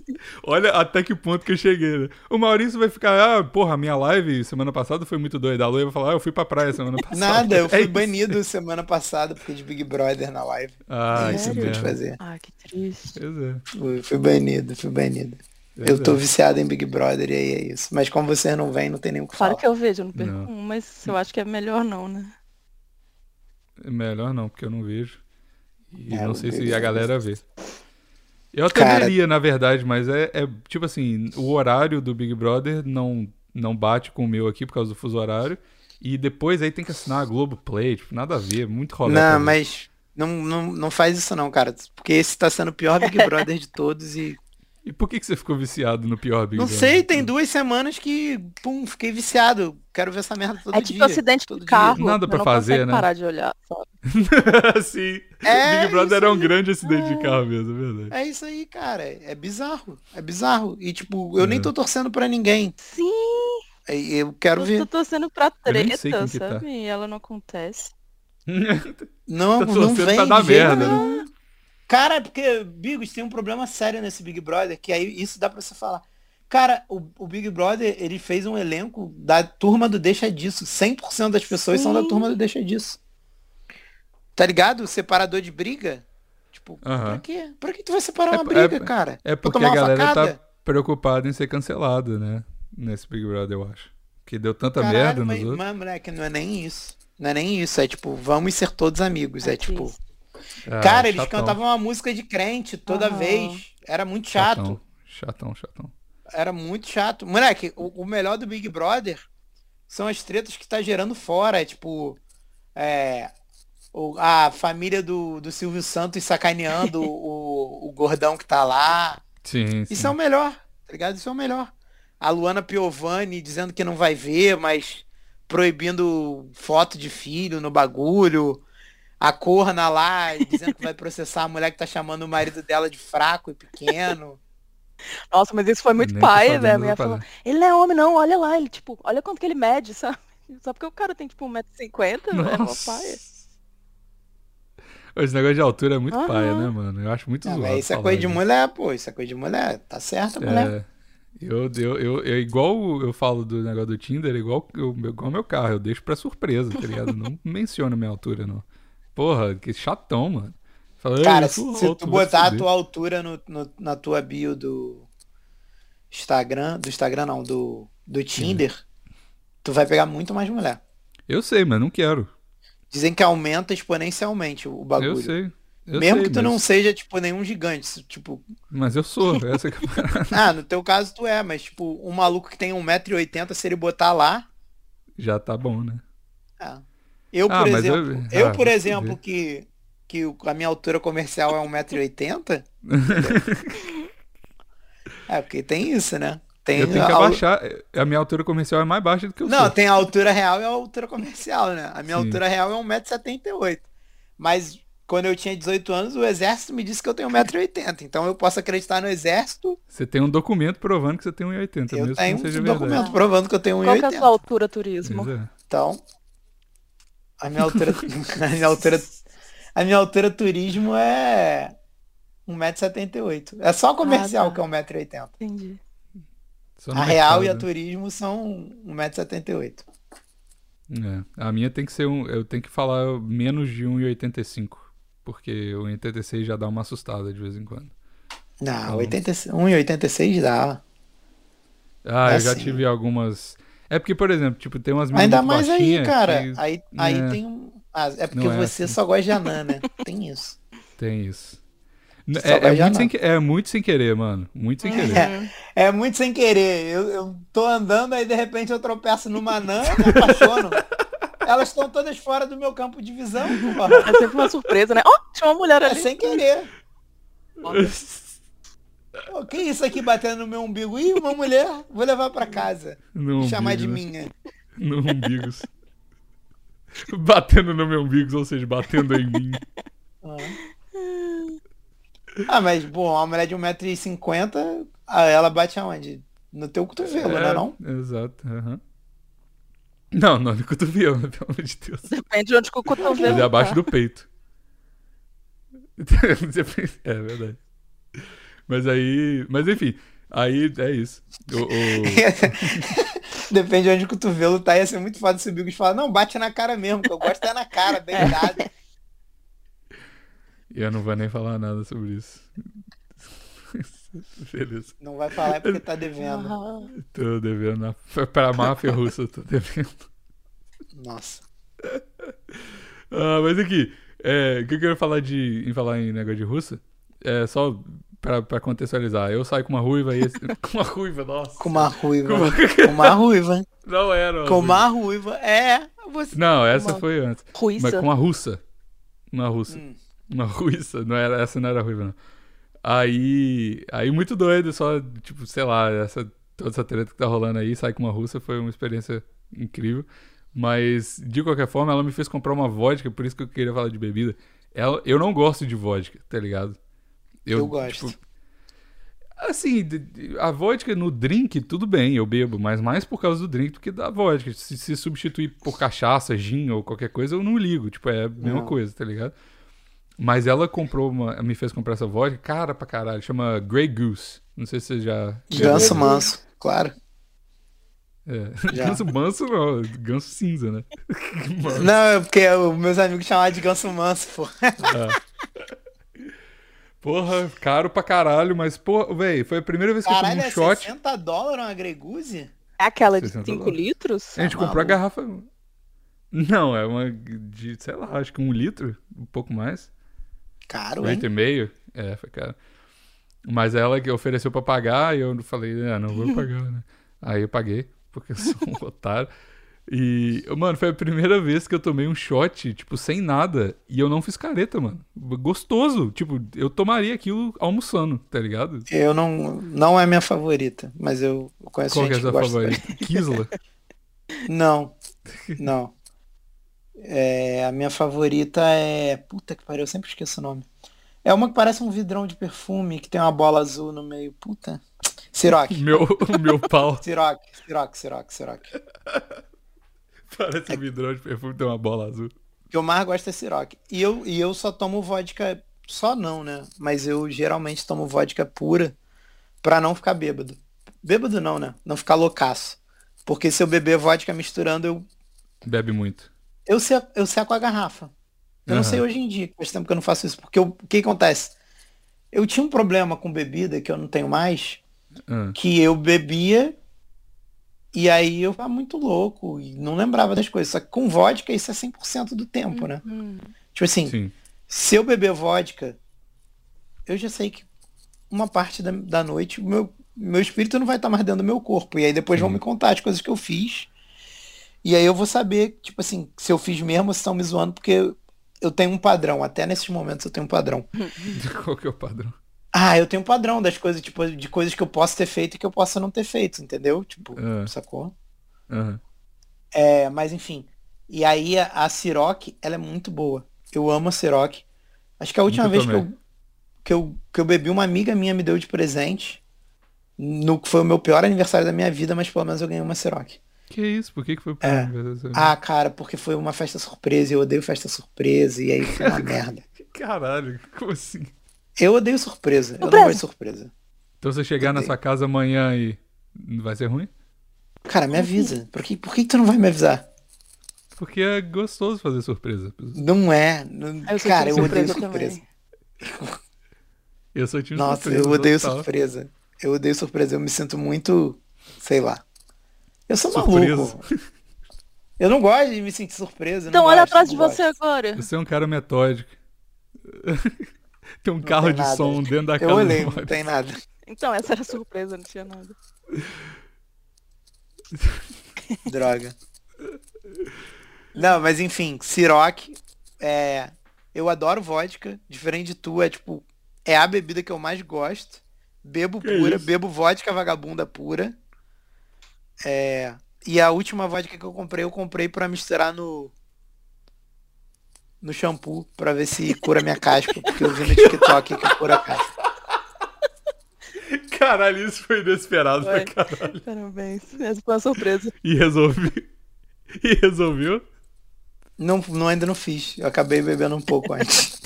Speaker 1: Olha até que ponto que eu cheguei, né? O Maurício vai ficar, ah, porra, minha live semana passada foi muito doida. A Lua vai falar, ah, eu fui pra praia semana passada.
Speaker 2: Nada, eu fui
Speaker 1: É isso.
Speaker 2: banido semana passada porque de Big Brother na live.
Speaker 1: Ah,
Speaker 2: É
Speaker 1: isso
Speaker 2: isso
Speaker 1: é
Speaker 2: que eu pude
Speaker 1: merda.
Speaker 2: fazer.
Speaker 3: Ah, que triste.
Speaker 1: Pois é.
Speaker 2: Fui, fui banido, fui banido.
Speaker 1: Pois
Speaker 2: eu tô
Speaker 1: é.
Speaker 2: viciado em Big Brother e aí é isso. Mas como vocês não vêm, não tem nem o que falar.
Speaker 3: Claro que eu vejo, eu não perco
Speaker 1: Não.
Speaker 3: um, mas eu acho que é melhor não, né?
Speaker 1: Melhor não, porque eu não vejo. E
Speaker 2: É,
Speaker 1: não
Speaker 2: eu
Speaker 1: sei se
Speaker 2: vejo.
Speaker 1: a galera vê. Eu até
Speaker 2: Cara-
Speaker 1: veria, na verdade, mas é, é tipo assim, o horário do Big Brother não, não bate com o meu aqui por causa do fuso horário. E depois aí tem que assinar a Globoplay, tipo, nada a ver, muito rolê. pra
Speaker 2: Não,
Speaker 1: ver.
Speaker 2: mas não, não, não faz isso não, cara. Porque esse tá sendo o pior
Speaker 3: *laughs*
Speaker 2: Big Brother de todos e
Speaker 1: E por que, que você ficou viciado no pior Big
Speaker 2: Não
Speaker 1: Brother? *laughs*
Speaker 2: sei, tem duas semanas que, pum, fiquei viciado. Quero ver essa merda todo
Speaker 3: é tipo
Speaker 2: dia.
Speaker 3: acidente
Speaker 2: todo
Speaker 3: de
Speaker 2: dia.
Speaker 3: carro.
Speaker 1: Nada
Speaker 3: eu
Speaker 1: pra
Speaker 3: não
Speaker 1: fazer,
Speaker 3: consegue
Speaker 1: né?
Speaker 3: parar de olhar, sabe?
Speaker 1: Sim,
Speaker 2: É
Speaker 1: Assim, Big Brother
Speaker 2: isso
Speaker 1: era um
Speaker 2: aí.
Speaker 1: grande acidente de carro mesmo, é verdade.
Speaker 2: É isso aí, cara. É bizarro. É bizarro. E, tipo, eu
Speaker 1: É.
Speaker 2: nem tô torcendo pra ninguém.
Speaker 3: Sim,
Speaker 2: E Eu quero
Speaker 3: eu tô
Speaker 2: ver.
Speaker 3: torcendo pra
Speaker 1: Eu nem sei
Speaker 3: treta,
Speaker 1: quem que tá.
Speaker 3: sabe? E ela não acontece.
Speaker 2: Não,
Speaker 1: Tá
Speaker 2: não
Speaker 1: torcendo
Speaker 2: vem.
Speaker 1: pra dar
Speaker 2: de jeito
Speaker 1: merda, né?
Speaker 2: nenhum. Cara, é porque, Bigos, tem um problema sério nesse Big Brother, que aí isso dá pra você falar. Cara, o, o Big Brother, ele fez um elenco da turma do Deixa Disso. 100% das pessoas são da
Speaker 3: Sim.
Speaker 2: turma do Deixa Disso. Tá ligado? Separador de briga. Tipo,
Speaker 1: Aham.
Speaker 2: pra quê? Pra que tu vai separar
Speaker 1: É
Speaker 2: uma
Speaker 1: p- é
Speaker 2: briga,
Speaker 1: p-
Speaker 2: cara?
Speaker 1: É
Speaker 2: Pra
Speaker 1: porque a
Speaker 2: uma
Speaker 1: galera
Speaker 2: facada?
Speaker 1: tá preocupada em ser cancelada, né? Nesse Big Brother, eu acho. Porque deu tanta
Speaker 2: Caralho,
Speaker 1: tá merda nos
Speaker 2: mas,
Speaker 1: outros.
Speaker 2: mas, moleque, não é nem isso. Não é nem isso. É tipo, vamos ser todos amigos. É,
Speaker 3: É
Speaker 2: tipo.
Speaker 3: triste.
Speaker 1: Ah,
Speaker 2: cara, eles
Speaker 1: chatão.
Speaker 2: cantavam uma música de crente toda
Speaker 3: Aham.
Speaker 2: vez. Era muito chato.
Speaker 1: Chatão, chatão. chatão.
Speaker 2: Era muito chato. Moleque, o, o melhor do Big Brother são as tretas que tá gerando fora. É tipo. é, o- a família do, do Silvio Santos sacaneando o, o gordão que tá lá.
Speaker 1: Sim, sim.
Speaker 2: Isso é o melhor, tá ligado? Isso é o melhor. A Luana Piovani dizendo que não vai ver, mas proibindo foto de filho no bagulho. a corna lá, dizendo que vai processar a mulher que tá chamando o marido dela de fraco e pequeno.
Speaker 3: Nossa, mas isso foi muito
Speaker 1: Nem tá tô
Speaker 3: pai,
Speaker 1: sabendo
Speaker 3: né? A
Speaker 1: do
Speaker 3: mulher
Speaker 1: padrão.
Speaker 3: falou, ele não é homem não, olha lá, ele, tipo, olha quanto que ele mede, *laughs* sabe? Só porque o cara tem, tipo,
Speaker 2: é
Speaker 3: 1,50m, né? Mó paia.
Speaker 1: Esse negócio de altura é muito
Speaker 3: Aham.
Speaker 1: paia, né, mano? Eu acho muito
Speaker 2: Ah,
Speaker 1: zoado.
Speaker 2: mas isso é
Speaker 1: falar
Speaker 2: coisa de
Speaker 1: isso.
Speaker 2: mulher, pô. Isso é coisa de mulher. Tá certo, mulher.
Speaker 1: É. Eu, eu, eu, é igual o- eu falo do negócio do Tinder, é igual o meu igual meu carro. Eu deixo pra surpresa, tá ligado? não
Speaker 2: *laughs*
Speaker 1: menciono minha altura, não. Porra, que chatão, mano. Fala, "Ei,
Speaker 2: Cara,
Speaker 1: eu
Speaker 2: se,
Speaker 1: sou
Speaker 2: se
Speaker 1: alto,
Speaker 2: tu
Speaker 1: vai se
Speaker 2: botar a
Speaker 1: fuder."
Speaker 2: tua altura no- no- na tua bio do Instagram, do Instagram não, do, do Tinder, tu vai pegar muito mais mulher.
Speaker 1: Eu sei, mas não quero.
Speaker 2: Dizem que aumenta exponencialmente o o bagulho.
Speaker 1: Eu sei. Eu
Speaker 2: Mesmo
Speaker 1: sei,
Speaker 2: que tu
Speaker 1: mas,
Speaker 2: não seja, tipo, nenhum gigante. se-
Speaker 1: *laughs*
Speaker 2: Tipo,
Speaker 1: Mas eu sou, essa que é a parada.
Speaker 2: ah, no teu caso tu é, mas, tipo, um maluco que tem 1,80m, se ele botar lá.
Speaker 1: Já tá bom, né?
Speaker 2: ah. Eu,
Speaker 1: Ah,
Speaker 2: por
Speaker 1: mas eu-
Speaker 2: exemplo,
Speaker 1: ah,
Speaker 2: eu,
Speaker 1: vai
Speaker 2: por
Speaker 1: se
Speaker 2: exemplo,
Speaker 1: fuder.
Speaker 2: que, que o- a minha altura comercial é
Speaker 1: *laughs*
Speaker 2: 1,80m. é, porque tem isso, né? Tem
Speaker 1: Eu tenho que
Speaker 2: a-
Speaker 1: abaixar. A minha altura comercial é mais baixa do que eu
Speaker 2: Não,
Speaker 1: sou.
Speaker 2: tem a altura real e a altura comercial, né? A minha
Speaker 1: Sim.
Speaker 2: altura real é 1,78m. Mas quando eu tinha 18 anos, o exército me disse que eu tenho 1,80m. Então eu posso acreditar no exército.
Speaker 1: Você tem um documento provando que você tem 1,80, Então,
Speaker 2: Eu
Speaker 1: mesmo que
Speaker 2: tenho
Speaker 1: não
Speaker 2: um
Speaker 1: seja
Speaker 2: documento
Speaker 1: verdade.
Speaker 2: provando que eu tenho
Speaker 3: Qual que é a sua
Speaker 2: 1,80m.
Speaker 3: altura, turismo?
Speaker 1: Um Pois é.
Speaker 2: Então, a minha altura. *laughs* a minha altura. A minha altura turismo é 1,78m. É só a comercial
Speaker 3: tá.
Speaker 2: que é 1,80m.
Speaker 3: Entendi.
Speaker 1: Só no
Speaker 2: A real
Speaker 1: mercado,
Speaker 2: e a
Speaker 1: né?
Speaker 2: turismo são 1,78m.
Speaker 1: É, a minha tem que ser um. Eu tenho que falar menos de 1,85. Porque o 86 já dá uma assustada de vez em quando.
Speaker 2: Não,
Speaker 1: bom.
Speaker 2: 80 1,86 dá.
Speaker 1: Ah,
Speaker 2: É
Speaker 1: eu já
Speaker 2: assim.
Speaker 1: tive algumas. É porque, por exemplo, tipo, tem umas meninas
Speaker 2: Ainda
Speaker 1: muito
Speaker 2: mais aí,
Speaker 1: baixinhas
Speaker 2: cara.
Speaker 1: que
Speaker 2: Aí, aí
Speaker 1: né.
Speaker 2: tem um. ah, é porque
Speaker 1: Não é
Speaker 2: você
Speaker 1: assim.
Speaker 2: só gosta de anã, né? Tem isso.
Speaker 1: tem isso.
Speaker 2: Só
Speaker 1: É, é
Speaker 2: vai já
Speaker 1: muito sem,
Speaker 2: não.
Speaker 1: que- é muito sem querer, mano. Muito sem querer.
Speaker 2: *laughs* É muito sem querer. Eu, eu tô andando, aí de repente eu tropeço numa anã e me apaixono. Elas estão todas fora do meu campo de visão, porra.
Speaker 3: É sempre uma surpresa, né? Ó, tinha uma mulher
Speaker 2: É
Speaker 3: ali.
Speaker 2: sem querer. Pô, que isso aqui batendo no meu umbigo? Ih, uma mulher, vou levar pra casa.
Speaker 1: *laughs* No
Speaker 2: chamar de
Speaker 1: umbigo, né?
Speaker 2: minha.
Speaker 1: No umbigos. *laughs* batendo no meu umbigos, ou seja, batendo em mim.
Speaker 2: Ah, mas, bom, uma mulher de 1,50m, ela bate aonde? No teu cotovelo,
Speaker 1: É.
Speaker 2: né? Não? *laughs*
Speaker 1: Exato. aham. Não, não no cotovelo, né, *laughs* pelo amor de Deus.
Speaker 3: Depende de onde que o cotovelo
Speaker 1: Mas é abaixo
Speaker 3: tá.
Speaker 1: do peito. *laughs* é verdade. Mas aí. Mas enfim. Aí é isso. O-
Speaker 2: *laughs*
Speaker 1: o-
Speaker 2: Depende de onde o cotovelo tá, ia ser muito foda se o Bigos falar, não, bate na cara mesmo, que eu gosto é na cara, bem dado.
Speaker 1: Eu não vou nem falar nada sobre isso. *laughs* Beleza.
Speaker 2: Não vai falar é porque tá devendo.
Speaker 3: Aham.
Speaker 1: Tô devendo. na- Pra máfia russa, eu tô devendo.
Speaker 2: Nossa.
Speaker 1: Ah, mas aqui, é, o que eu quero falar de, em falar em negócio de russa? É só pra, pra contextualizar. Eu saio com uma ruiva e esse- *laughs* com uma ruiva, nossa.
Speaker 2: Com uma ruiva.
Speaker 1: Com uma-
Speaker 2: Com uma ruiva.
Speaker 1: Não era. uma
Speaker 2: Com
Speaker 1: ruiva.
Speaker 2: uma ruiva. É, você.
Speaker 1: Não, essa
Speaker 3: uma-
Speaker 1: foi antes. Mas
Speaker 3: Ruiça.
Speaker 1: com uma russa. Uma russa.
Speaker 2: Hum.
Speaker 1: Uma russa. Não era, essa não era ruiva, não. Aí, aí muito doido, só, tipo, sei lá, essa, toda essa treta que tá rolando aí, sair com uma russa foi uma experiência incrível. Mas, de qualquer forma, ela me fez comprar uma vodka, por isso que eu queria falar de bebida. Ela, eu não gosto de vodka, tá ligado?
Speaker 2: Eu gosto.
Speaker 1: tipo, assim, de- de- a vodka no drink, tudo bem, eu bebo, mas mais por causa do drink do que da vodka. Se, se substituir por cachaça, gin ou qualquer coisa, eu não ligo. Tipo, é a mesma
Speaker 2: Não.
Speaker 1: coisa, tá ligado? Mas ela comprou uma. Me fez comprar essa vodka, cara pra caralho, chama Grey Goose. Não sei se você já. *laughs*
Speaker 2: Ganso manso, claro.
Speaker 1: É.
Speaker 2: Já.
Speaker 1: Ganso manso não, ganso cinza, né? Manso.
Speaker 2: Não, é porque os meus amigos chamavam de ganso manso, pô.
Speaker 1: Porra, caro pra caralho, mas, porra, velho, foi a primeira vez que eu
Speaker 2: Caralho,
Speaker 1: tomei um
Speaker 2: é
Speaker 1: shot.
Speaker 2: 60 dólares uma greguze?
Speaker 3: É aquela de
Speaker 1: 60
Speaker 3: 5
Speaker 1: dólares.
Speaker 3: litros?
Speaker 1: A gente
Speaker 2: Tá
Speaker 1: comprou a
Speaker 2: maluco.
Speaker 1: garrafa. Não, é uma de, sei lá, acho que um litro, um pouco mais.
Speaker 2: Caro,
Speaker 1: Um
Speaker 2: hein?
Speaker 1: litro e meio. É, foi caro. Mas ela que ofereceu pra pagar e eu falei, ah, não vou pagar, né? Aí eu paguei, porque eu sou um *laughs* otário. E, mano, foi a primeira vez que eu tomei um shot, tipo, sem nada. E eu não fiz careta, mano. Gostoso. Tipo, eu tomaria aquilo almoçando, tá ligado?
Speaker 2: Eu não. Não é minha favorita, mas eu conheço
Speaker 1: Qual que é
Speaker 2: gente
Speaker 1: a sua
Speaker 2: gosta.
Speaker 1: favorita? Kisla?
Speaker 2: Não. Não. É, a minha favorita é. Puta que pariu, eu sempre esqueço o nome. É uma que parece um vidrão de perfume que tem uma bola azul no meio. Puta. Ciroc.
Speaker 1: Meu, o meu pau *laughs*
Speaker 2: Ciroc, Ciroc, Ciroc, Ciroc.
Speaker 1: parece um vidrão de perfume, tem uma bola azul.
Speaker 2: O que eu mais gosto é Ciroc. E eu, e eu só tomo vodka, só não, né? Mas eu geralmente tomo vodka pura pra não ficar bêbado. Bêbado não, né? Não ficar loucaço. Porque se eu beber vodka misturando, eu,
Speaker 1: Bebe muito.
Speaker 2: eu, seco, eu seco a garrafa. Eu não
Speaker 1: Aham.
Speaker 2: sei hoje em dia, que faz tempo que eu não faço isso. Porque eu- o que acontece? Eu tinha um problema com bebida que eu não tenho mais,
Speaker 1: Ah.
Speaker 2: que eu bebia e aí eu ficava muito louco e não lembrava das coisas. Só que com vodka isso é 100% do tempo, né?
Speaker 3: Hum.
Speaker 2: Tipo assim,
Speaker 1: Sim. *laughs*
Speaker 2: se eu beber vodka, eu já sei que uma parte da, da noite o meu, meu espírito não vai estar mais dentro do meu corpo. E aí depois vão
Speaker 1: Sim.
Speaker 2: me contar as coisas que eu fiz. E aí eu vou saber, tipo assim, se eu fiz mesmo ou se estão me zoando, porque eu tenho um padrão. Até nesses momentos eu tenho um padrão.
Speaker 1: Qual que é o padrão?
Speaker 2: Ah, eu tenho um padrão das coisas, tipo, de coisas que eu posso ter feito e que eu posso não ter feito, entendeu? Tipo,
Speaker 1: Ah.
Speaker 2: sacou?
Speaker 1: Aham.
Speaker 2: É, mas enfim. E aí a, a Ciroc, ela é muito boa. Eu amo a Ciroc. Acho que a última
Speaker 1: Nunca
Speaker 2: vez que
Speaker 1: tomei.
Speaker 2: eu, que, eu, que eu bebi, uma amiga minha me deu de presente. No que foi o meu pior aniversário da minha vida, mas pelo menos eu ganhei uma Ciroc.
Speaker 1: Que isso? Por que, que foi pro
Speaker 2: É.
Speaker 1: aniversário?
Speaker 2: Ah, cara, porque foi uma festa surpresa, e eu odeio festa surpresa, e aí foi uma merda.
Speaker 1: Caralho, *laughs* como assim?
Speaker 2: Eu odeio surpresa, eu não
Speaker 3: Surpresa.
Speaker 2: gosto de surpresa.
Speaker 1: Então se eu chegar na
Speaker 2: Entendi.
Speaker 1: sua casa amanhã e. não Vai ser ruim?
Speaker 2: Cara, me avisa. Por que, por que que tu não vai me avisar?
Speaker 1: Porque é gostoso fazer surpresa.
Speaker 2: Não é. não-
Speaker 3: Aí eu sou
Speaker 2: Cara, eu
Speaker 3: time
Speaker 2: odeio
Speaker 3: também.
Speaker 2: surpresa.
Speaker 1: Eu sou time
Speaker 2: Nossa,
Speaker 1: surpresa.
Speaker 2: eu odeio
Speaker 1: total.
Speaker 2: surpresa. Eu odeio surpresa. Eu me sinto muito, sei lá. Eu sou Tá maluco.
Speaker 1: Surpreso.
Speaker 2: Eu não gosto de me sentir surpresa. eu
Speaker 3: Então
Speaker 2: não
Speaker 3: olha
Speaker 2: gosto,
Speaker 3: atrás de
Speaker 2: não
Speaker 3: você
Speaker 2: gosto.
Speaker 3: agora.
Speaker 1: Você é um cara metódico. *laughs* tem um carro
Speaker 2: tem
Speaker 1: de
Speaker 2: nada.
Speaker 1: som dentro da casa
Speaker 2: Eu
Speaker 1: do
Speaker 2: olhei, não
Speaker 1: Maurício.
Speaker 2: tem nada.
Speaker 3: Então, essa era a surpresa, não tinha nada.
Speaker 2: Droga. Não, mas enfim, Ciroc, é, eu adoro vodka, diferente de tu, é tipo, é a bebida que eu mais gosto. Bebo pura,
Speaker 1: isso?
Speaker 2: bebo vodka vagabunda pura. É, e a última vodka que eu comprei, eu comprei pra misturar no no shampoo pra ver se cura minha caspa, porque eu vi no TikTok que cura a caspa.
Speaker 1: *laughs* Caralho, isso foi inesperado
Speaker 3: Foi.
Speaker 1: pra caralho.
Speaker 3: Parabéns. Essa foi uma surpresa.
Speaker 1: E resolvi. *laughs* E resolviu?
Speaker 2: Não, não ainda não fiz. Eu acabei bebendo um pouco antes.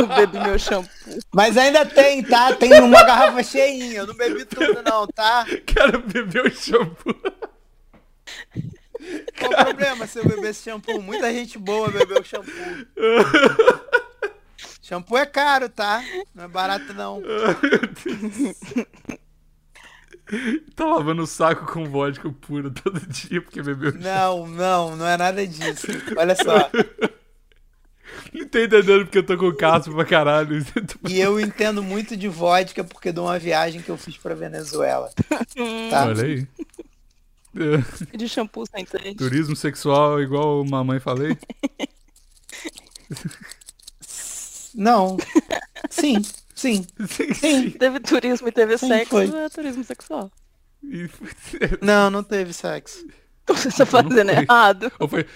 Speaker 3: Eu bebi meu shampoo.
Speaker 2: Mas ainda tem, tá? Tem uma garrafa cheinha. Eu não bebi tudo, não, tá?
Speaker 1: Cara, bebeu shampoo. *laughs*
Speaker 2: Qual o problema se eu beber esse shampoo? Muita gente boa bebeu shampoo. shampoo é caro, tá? Não é barato, não.
Speaker 1: Tá lavando o saco com vodka puro todo dia porque bebeu.
Speaker 2: Não, não, não é nada disso. Olha só.
Speaker 1: Não tô entendendo porque eu tô com caspa pra caralho. *laughs*
Speaker 2: E eu entendo muito de vodka porque de uma viagem que eu fiz pra Venezuela. Tá?
Speaker 1: Olha aí. É.
Speaker 3: De shampoo sem taste.
Speaker 1: *laughs* Turismo sexual, igual mamãe falei.
Speaker 2: Não. Sim, sim.
Speaker 1: Sim,
Speaker 2: Sim.
Speaker 3: Teve turismo e teve
Speaker 2: Sim,
Speaker 3: sexo,
Speaker 2: foi.
Speaker 3: é turismo sexual.
Speaker 1: E-
Speaker 2: Não, não teve sexo.
Speaker 3: Então você tá fazendo
Speaker 1: foi.
Speaker 3: errado.
Speaker 1: *laughs* Ou foi-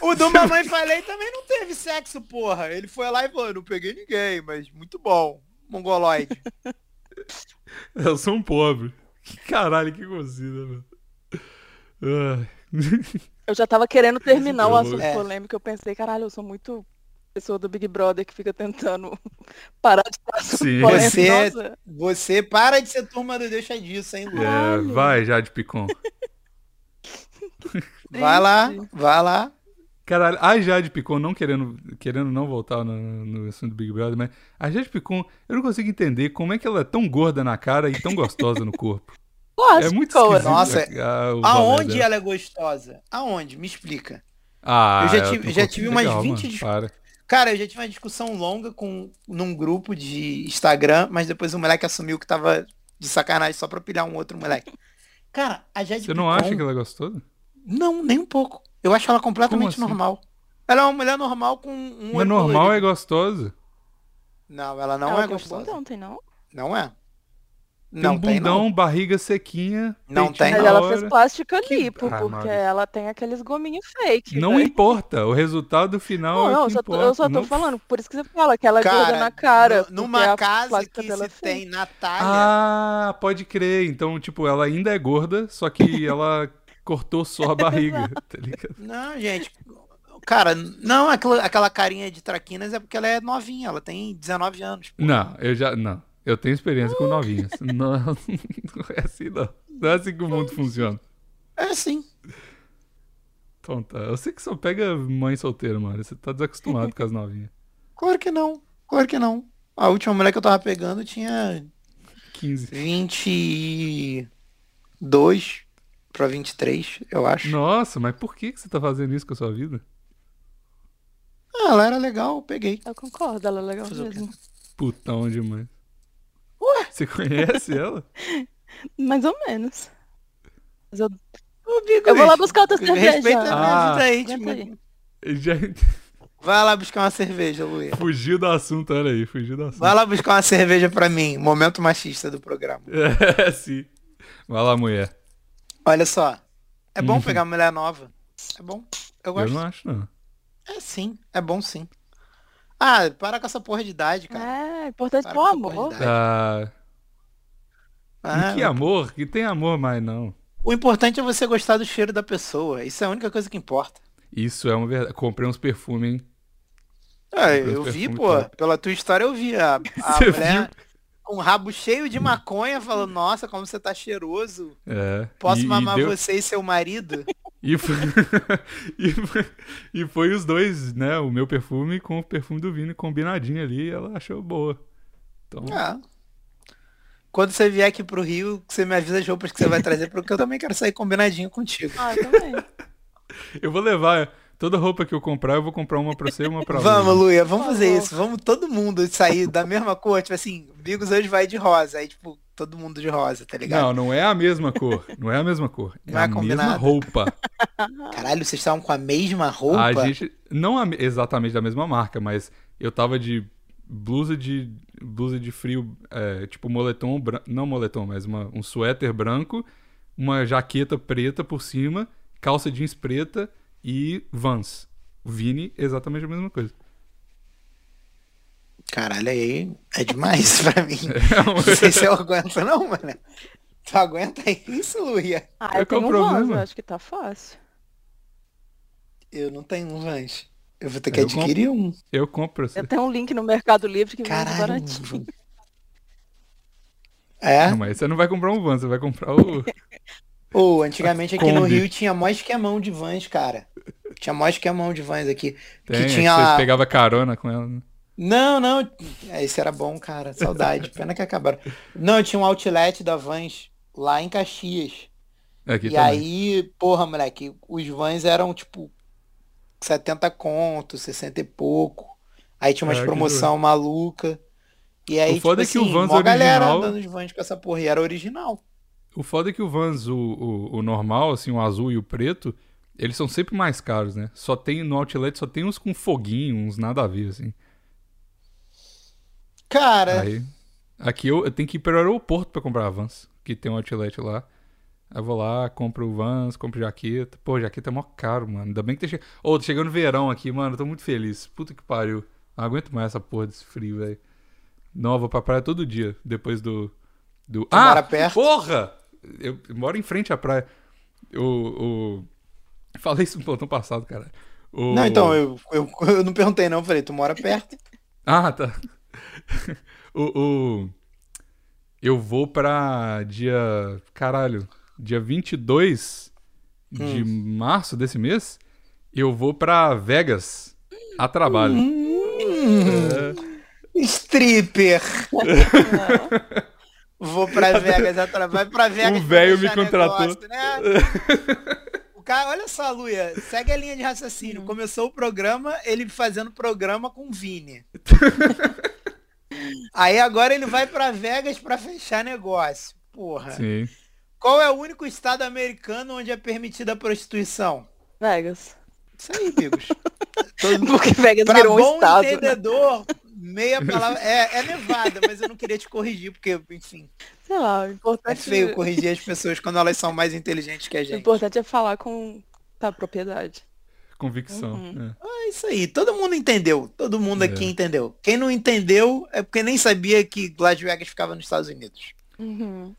Speaker 2: O do Mamãe Falei também não teve sexo, porra. Ele foi lá e falou, não peguei ninguém, mas muito bom. Mongoloide.
Speaker 1: Eu sou um pobre. Que caralho, que cozida, mano.
Speaker 2: *laughs*
Speaker 1: Ai.
Speaker 3: Eu já tava querendo terminar o
Speaker 1: Eu-
Speaker 3: assunto
Speaker 2: É.
Speaker 3: polêmico. Eu pensei, caralho, eu sou muito pessoa do Big Brother que fica tentando *laughs* parar de falar assunto
Speaker 1: Sim.
Speaker 3: polêmico.
Speaker 2: Você- é
Speaker 3: Nossa,
Speaker 2: Você para de ser turma do Deixa Disso, hein, Lu?
Speaker 1: É, vai, Jade Picon.
Speaker 2: Vai lá, vai lá.
Speaker 1: Caralho, a Jade Picon, não querendo, querendo não voltar no, no assunto do Big Brother, mas a Jade Picon, eu não consigo entender como é que ela é tão gorda na cara e tão gostosa no
Speaker 2: *laughs*
Speaker 1: corpo.
Speaker 3: Clássico,
Speaker 1: É muito
Speaker 3: cara.
Speaker 1: esquisito.
Speaker 2: Nossa,
Speaker 1: a- a- o valor
Speaker 2: Aonde
Speaker 1: dela.
Speaker 2: ela é gostosa? Aonde? Me explica.
Speaker 1: Ah,
Speaker 2: Eu já
Speaker 1: ela
Speaker 2: tive-
Speaker 1: tem um
Speaker 2: já
Speaker 1: corpo
Speaker 2: tive umas
Speaker 1: legal,
Speaker 2: 20
Speaker 1: mano,
Speaker 2: de-
Speaker 1: Para.
Speaker 2: Cara, eu já tive uma discussão longa com num grupo de Instagram, mas depois o moleque assumiu que tava de sacanagem só pra pilhar um outro moleque. Cara, a Jade
Speaker 1: Você não
Speaker 2: Picon-
Speaker 1: acha que ela é gostosa?
Speaker 2: Não, nem um pouco. Eu acho ela completamente
Speaker 1: assim?
Speaker 2: normal. Ela é uma mulher normal com um
Speaker 1: Não é
Speaker 2: olho
Speaker 1: normal,
Speaker 2: colorido.
Speaker 1: é gostosa.
Speaker 2: Não, ela não
Speaker 3: Ela
Speaker 2: é
Speaker 3: tem um
Speaker 2: gostosa.
Speaker 3: bundão, tem não?
Speaker 2: Não é.
Speaker 1: Tem
Speaker 2: Não
Speaker 1: um
Speaker 2: tem,
Speaker 1: bundão,
Speaker 2: não.
Speaker 1: barriga sequinha.
Speaker 2: Não
Speaker 1: peitinho
Speaker 2: tem,
Speaker 1: na
Speaker 3: Mas ela
Speaker 1: hora.
Speaker 3: fez plástica lipo,
Speaker 1: Ah,
Speaker 3: porque
Speaker 1: mano.
Speaker 3: ela tem aqueles gominhos fake.
Speaker 1: Não
Speaker 3: né?
Speaker 1: importa, o resultado final
Speaker 3: Não,
Speaker 1: é
Speaker 3: não,
Speaker 1: o
Speaker 3: eu
Speaker 1: que
Speaker 3: só tô, eu
Speaker 1: importa,
Speaker 3: só tô
Speaker 1: não-
Speaker 3: falando, por isso que você fala que ela gruda
Speaker 2: Cara,
Speaker 3: na cara.
Speaker 2: nu-
Speaker 3: porque
Speaker 2: numa
Speaker 3: a
Speaker 2: casa
Speaker 3: plástica
Speaker 2: que
Speaker 3: dela é
Speaker 2: se
Speaker 3: fake.
Speaker 2: tem Natália,
Speaker 1: Ah, pode crer. Então, tipo, ela ainda é gorda, só
Speaker 3: *laughs*
Speaker 1: que ela cortou só a barriga, tá ligado?
Speaker 2: Não, gente. Cara, não, aquela, aquela carinha de traquinas é porque ela é novinha, ela tem 19 anos. pô.
Speaker 1: Não, eu já. Não. Eu tenho experiência com
Speaker 3: *laughs*
Speaker 1: novinhas. Não, não é assim, não. Não é assim que o mundo funciona.
Speaker 2: É sim.
Speaker 1: Então tá. Eu sei que só pega mãe solteira, mano. Você tá desacostumado com as novinhas.
Speaker 2: Claro que não. Claro que não. A última mulher que eu tava pegando tinha
Speaker 1: 15.
Speaker 2: 22 pra 23, eu acho.
Speaker 1: Nossa, mas por que que você tá fazendo isso com a sua vida?
Speaker 2: Ah, ela era legal, eu peguei.
Speaker 3: Eu concordo, ela é legal
Speaker 2: Fazer o quê?
Speaker 3: mesmo.
Speaker 1: Putão demais. Você
Speaker 2: *laughs*
Speaker 1: conhece ela?
Speaker 3: Mais ou menos. Mas eu-
Speaker 2: Ô, Bigo,
Speaker 3: Eu vou lá
Speaker 2: bicho,
Speaker 3: buscar outra cerveja.
Speaker 2: Respeita a minha
Speaker 1: Ah.
Speaker 2: vida aí,
Speaker 3: Aguenta aí.
Speaker 2: tipo,
Speaker 1: Ele já
Speaker 2: Vai lá buscar uma cerveja, Luia.
Speaker 1: fugiu do assunto, olha aí, fugiu do assunto.
Speaker 2: Vai lá buscar uma cerveja pra mim. Momento machista do programa.
Speaker 1: *laughs* É, sim. Vai lá, mulher.
Speaker 2: Olha só. É bom pegar mulher nova. É bom. Eu
Speaker 1: Uhum. Eu
Speaker 2: gosto.
Speaker 1: não acho, não.
Speaker 2: É sim. É bom sim. Ah, para com essa porra de idade, cara.
Speaker 3: É, importante
Speaker 2: Para
Speaker 3: pro
Speaker 2: com
Speaker 3: amor.
Speaker 2: qualidade.
Speaker 1: Ah,
Speaker 2: É. Ah,
Speaker 1: e que é? amor? Que tem amor mais, não.
Speaker 2: O importante é você gostar do cheiro da pessoa. Isso é a única coisa que importa.
Speaker 1: Isso é uma verdade. Comprei uns perfumes, hein?
Speaker 2: É,
Speaker 1: Deus,
Speaker 2: eu vi,
Speaker 1: perfume
Speaker 2: pô.
Speaker 1: top.
Speaker 2: Pela tua história eu vi. A, a
Speaker 1: Você
Speaker 2: mulher com o rabo cheio de maconha falando, nossa, como você tá cheiroso.
Speaker 1: É.
Speaker 2: Posso
Speaker 1: E- e
Speaker 2: mamar
Speaker 1: deu-
Speaker 2: você e seu marido?
Speaker 1: E foi... *laughs* e, foi... e foi os dois, né? O meu perfume com o perfume do Vini combinadinho ali. E ela achou boa. Então,
Speaker 2: Ah. Quando você vier aqui pro Rio, você me avisa as roupas que você vai trazer, porque eu também quero sair combinadinho contigo.
Speaker 3: Ah, eu também.
Speaker 1: *laughs* eu vou levar toda roupa que eu comprar, eu vou comprar uma pra você e uma pra
Speaker 2: Vamos,
Speaker 1: mim.
Speaker 2: Luia, vamos
Speaker 3: Por
Speaker 2: fazer
Speaker 3: favor.
Speaker 2: isso. Vamos todo mundo sair da mesma cor. Tipo assim, Bigos hoje vai de rosa. Aí, tipo, todo mundo de rosa, tá ligado?
Speaker 1: Não, não é a mesma cor. Não é a mesma cor. É
Speaker 2: Não é
Speaker 1: a mesma
Speaker 2: combinado.
Speaker 1: roupa.
Speaker 2: Caralho, vocês estavam com a mesma roupa?
Speaker 1: A gente. Não a- exatamente da mesma marca, mas eu tava de blusa de. blusa de frio, é, tipo moletom, bran- não moletom, mas uma- um suéter branco, uma jaqueta preta por cima, calça jeans preta e Vans. O Vini, exatamente a mesma coisa. *laughs*
Speaker 2: Caralho, aí é demais pra mim.
Speaker 1: *laughs*
Speaker 2: Não sei se eu aguento, não, mano. Tu aguenta isso, Luia?
Speaker 3: Ah,
Speaker 1: Qual
Speaker 3: eu
Speaker 1: que é o
Speaker 3: tenho um
Speaker 1: problema?
Speaker 3: Vans, eu acho que tá fácil.
Speaker 2: Eu não tenho um lanche. Eu vou ter que
Speaker 1: Eu
Speaker 2: adquirir um.
Speaker 1: Eu compro assim.
Speaker 3: Eu tenho um link no Mercado Livre que vende
Speaker 2: Caralho. um
Speaker 3: baratinho.
Speaker 2: É?
Speaker 1: Não, mas você não vai comprar um Vans, você vai comprar o.
Speaker 2: Ou, antigamente aqui no
Speaker 1: Kombi.
Speaker 2: Rio tinha mó esquemão de vans, cara. Tinha mó esquemão de vans aqui.
Speaker 1: Tem,
Speaker 2: *laughs* que
Speaker 1: é
Speaker 2: tinha.
Speaker 1: Você pegava carona com ela. né?
Speaker 2: Não, não. É, Esse era bom,
Speaker 1: *laughs*
Speaker 2: cara. Saudade. Pena que acabaram. Não, tinha um outlet da Vans lá em Caxias.
Speaker 1: Aqui
Speaker 2: e
Speaker 1: É, também.
Speaker 2: aí, porra, moleque, os Vans eram tipo 70 conto, 60 e pouco. Aí tinha umas
Speaker 1: É, que
Speaker 2: promoção maluca. E aí,
Speaker 1: O foda
Speaker 2: tipo
Speaker 1: é que o
Speaker 2: assim,
Speaker 1: Vans
Speaker 2: mó galera
Speaker 1: original-
Speaker 2: andando de Vans com essa porra. E era original.
Speaker 1: O foda é que o Vans, o, o, o normal, assim, o azul e o preto, eles são sempre mais caros, né? Só tem no Outlet, só tem uns com foguinho, uns nada a ver, assim.
Speaker 2: Cara,
Speaker 1: Aí, aqui eu, eu tenho que ir para o aeroporto pra comprar Vans, que tem um Outlet lá. Aí eu vou lá, compro o Vans, compro jaqueta. Pô, jaqueta é mó caro, mano. Ainda bem que tá chegando... Ô, tá chegando verão aqui, mano. Eu tô muito feliz. Puta que pariu. Não aguento mais essa porra desse frio, velho. Não, eu vou pra praia todo dia, depois do... do... Ah!
Speaker 2: mora perto?
Speaker 1: Porra! Eu moro em frente à praia. O... o... Falei isso no plantão passado, cara. O...
Speaker 2: Não, então, eu, eu, eu não perguntei não, eu falei, tu mora perto?
Speaker 1: Ah, tá. o, o- Eu vou pra dia. Caralho. Dia 22 de
Speaker 2: Hum.
Speaker 1: março desse mês. Eu vou pra Vegas a trabalho.
Speaker 2: Hum,
Speaker 1: É,
Speaker 2: stripper!
Speaker 3: né?
Speaker 2: *laughs*
Speaker 1: *laughs*
Speaker 2: Vou pra Vegas a trabalho. Vai pra Vegas.
Speaker 1: O
Speaker 2: pra
Speaker 1: velho me
Speaker 2: fechar
Speaker 1: contratou. *laughs*
Speaker 2: negócio, né? O cara, olha só, Luia, segue a linha de raciocínio. Começou o programa, ele fazendo programa com
Speaker 1: *laughs*
Speaker 2: o Vini. Aí agora ele vai pra Vegas pra fechar negócio. Porra.
Speaker 1: sim.
Speaker 2: Qual é o único estado americano onde é permitida a prostituição?
Speaker 3: Vegas. *laughs*
Speaker 2: Isso aí, amigos.
Speaker 1: *laughs*
Speaker 3: Porque Vegas
Speaker 2: Pra
Speaker 3: virou um
Speaker 2: bom
Speaker 3: estado. né?
Speaker 2: entendedor, meia
Speaker 3: *laughs*
Speaker 2: palavra. É, é levada, mas eu não queria te corrigir, porque, enfim,
Speaker 3: Sei lá, o
Speaker 2: é
Speaker 3: importante
Speaker 2: feio corrigir as pessoas quando elas são mais inteligentes que a
Speaker 3: o
Speaker 2: gente.
Speaker 3: importante é falar com tá, propriedade.
Speaker 1: Convicção. né?
Speaker 2: É isso aí, todo mundo entendeu. Todo mundo aqui
Speaker 1: É.
Speaker 2: entendeu. Quem não entendeu é porque nem sabia que Las Vegas ficava nos
Speaker 1: *laughs*
Speaker 2: Estados Unidos.
Speaker 3: Uhum.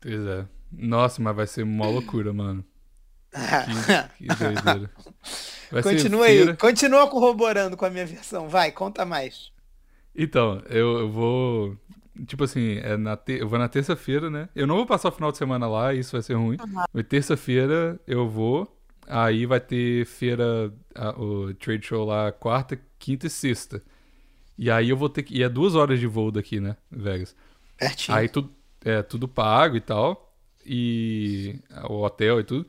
Speaker 1: Pois é. Nossa, mas vai ser uma loucura, mano.
Speaker 2: *laughs*
Speaker 1: Que doideira. Vai ser
Speaker 2: continua aí,
Speaker 1: feira.
Speaker 2: continua corroborando com a minha versão. Vai, conta mais.
Speaker 1: Então, eu, eu vou. Tipo assim, é na te- eu vou na terça-feira, né? Eu não vou passar o final de semana lá, isso vai ser ruim. Mas terça-feira eu vou. Aí vai ter feira, a- o trade show lá, quarta, quinta e sexta. E aí eu vou ter que. E é duas horas de voo daqui, né? Vegas.
Speaker 2: Pertinho.
Speaker 1: Aí tudo, é, tudo pago e tal. E o hotel e tudo.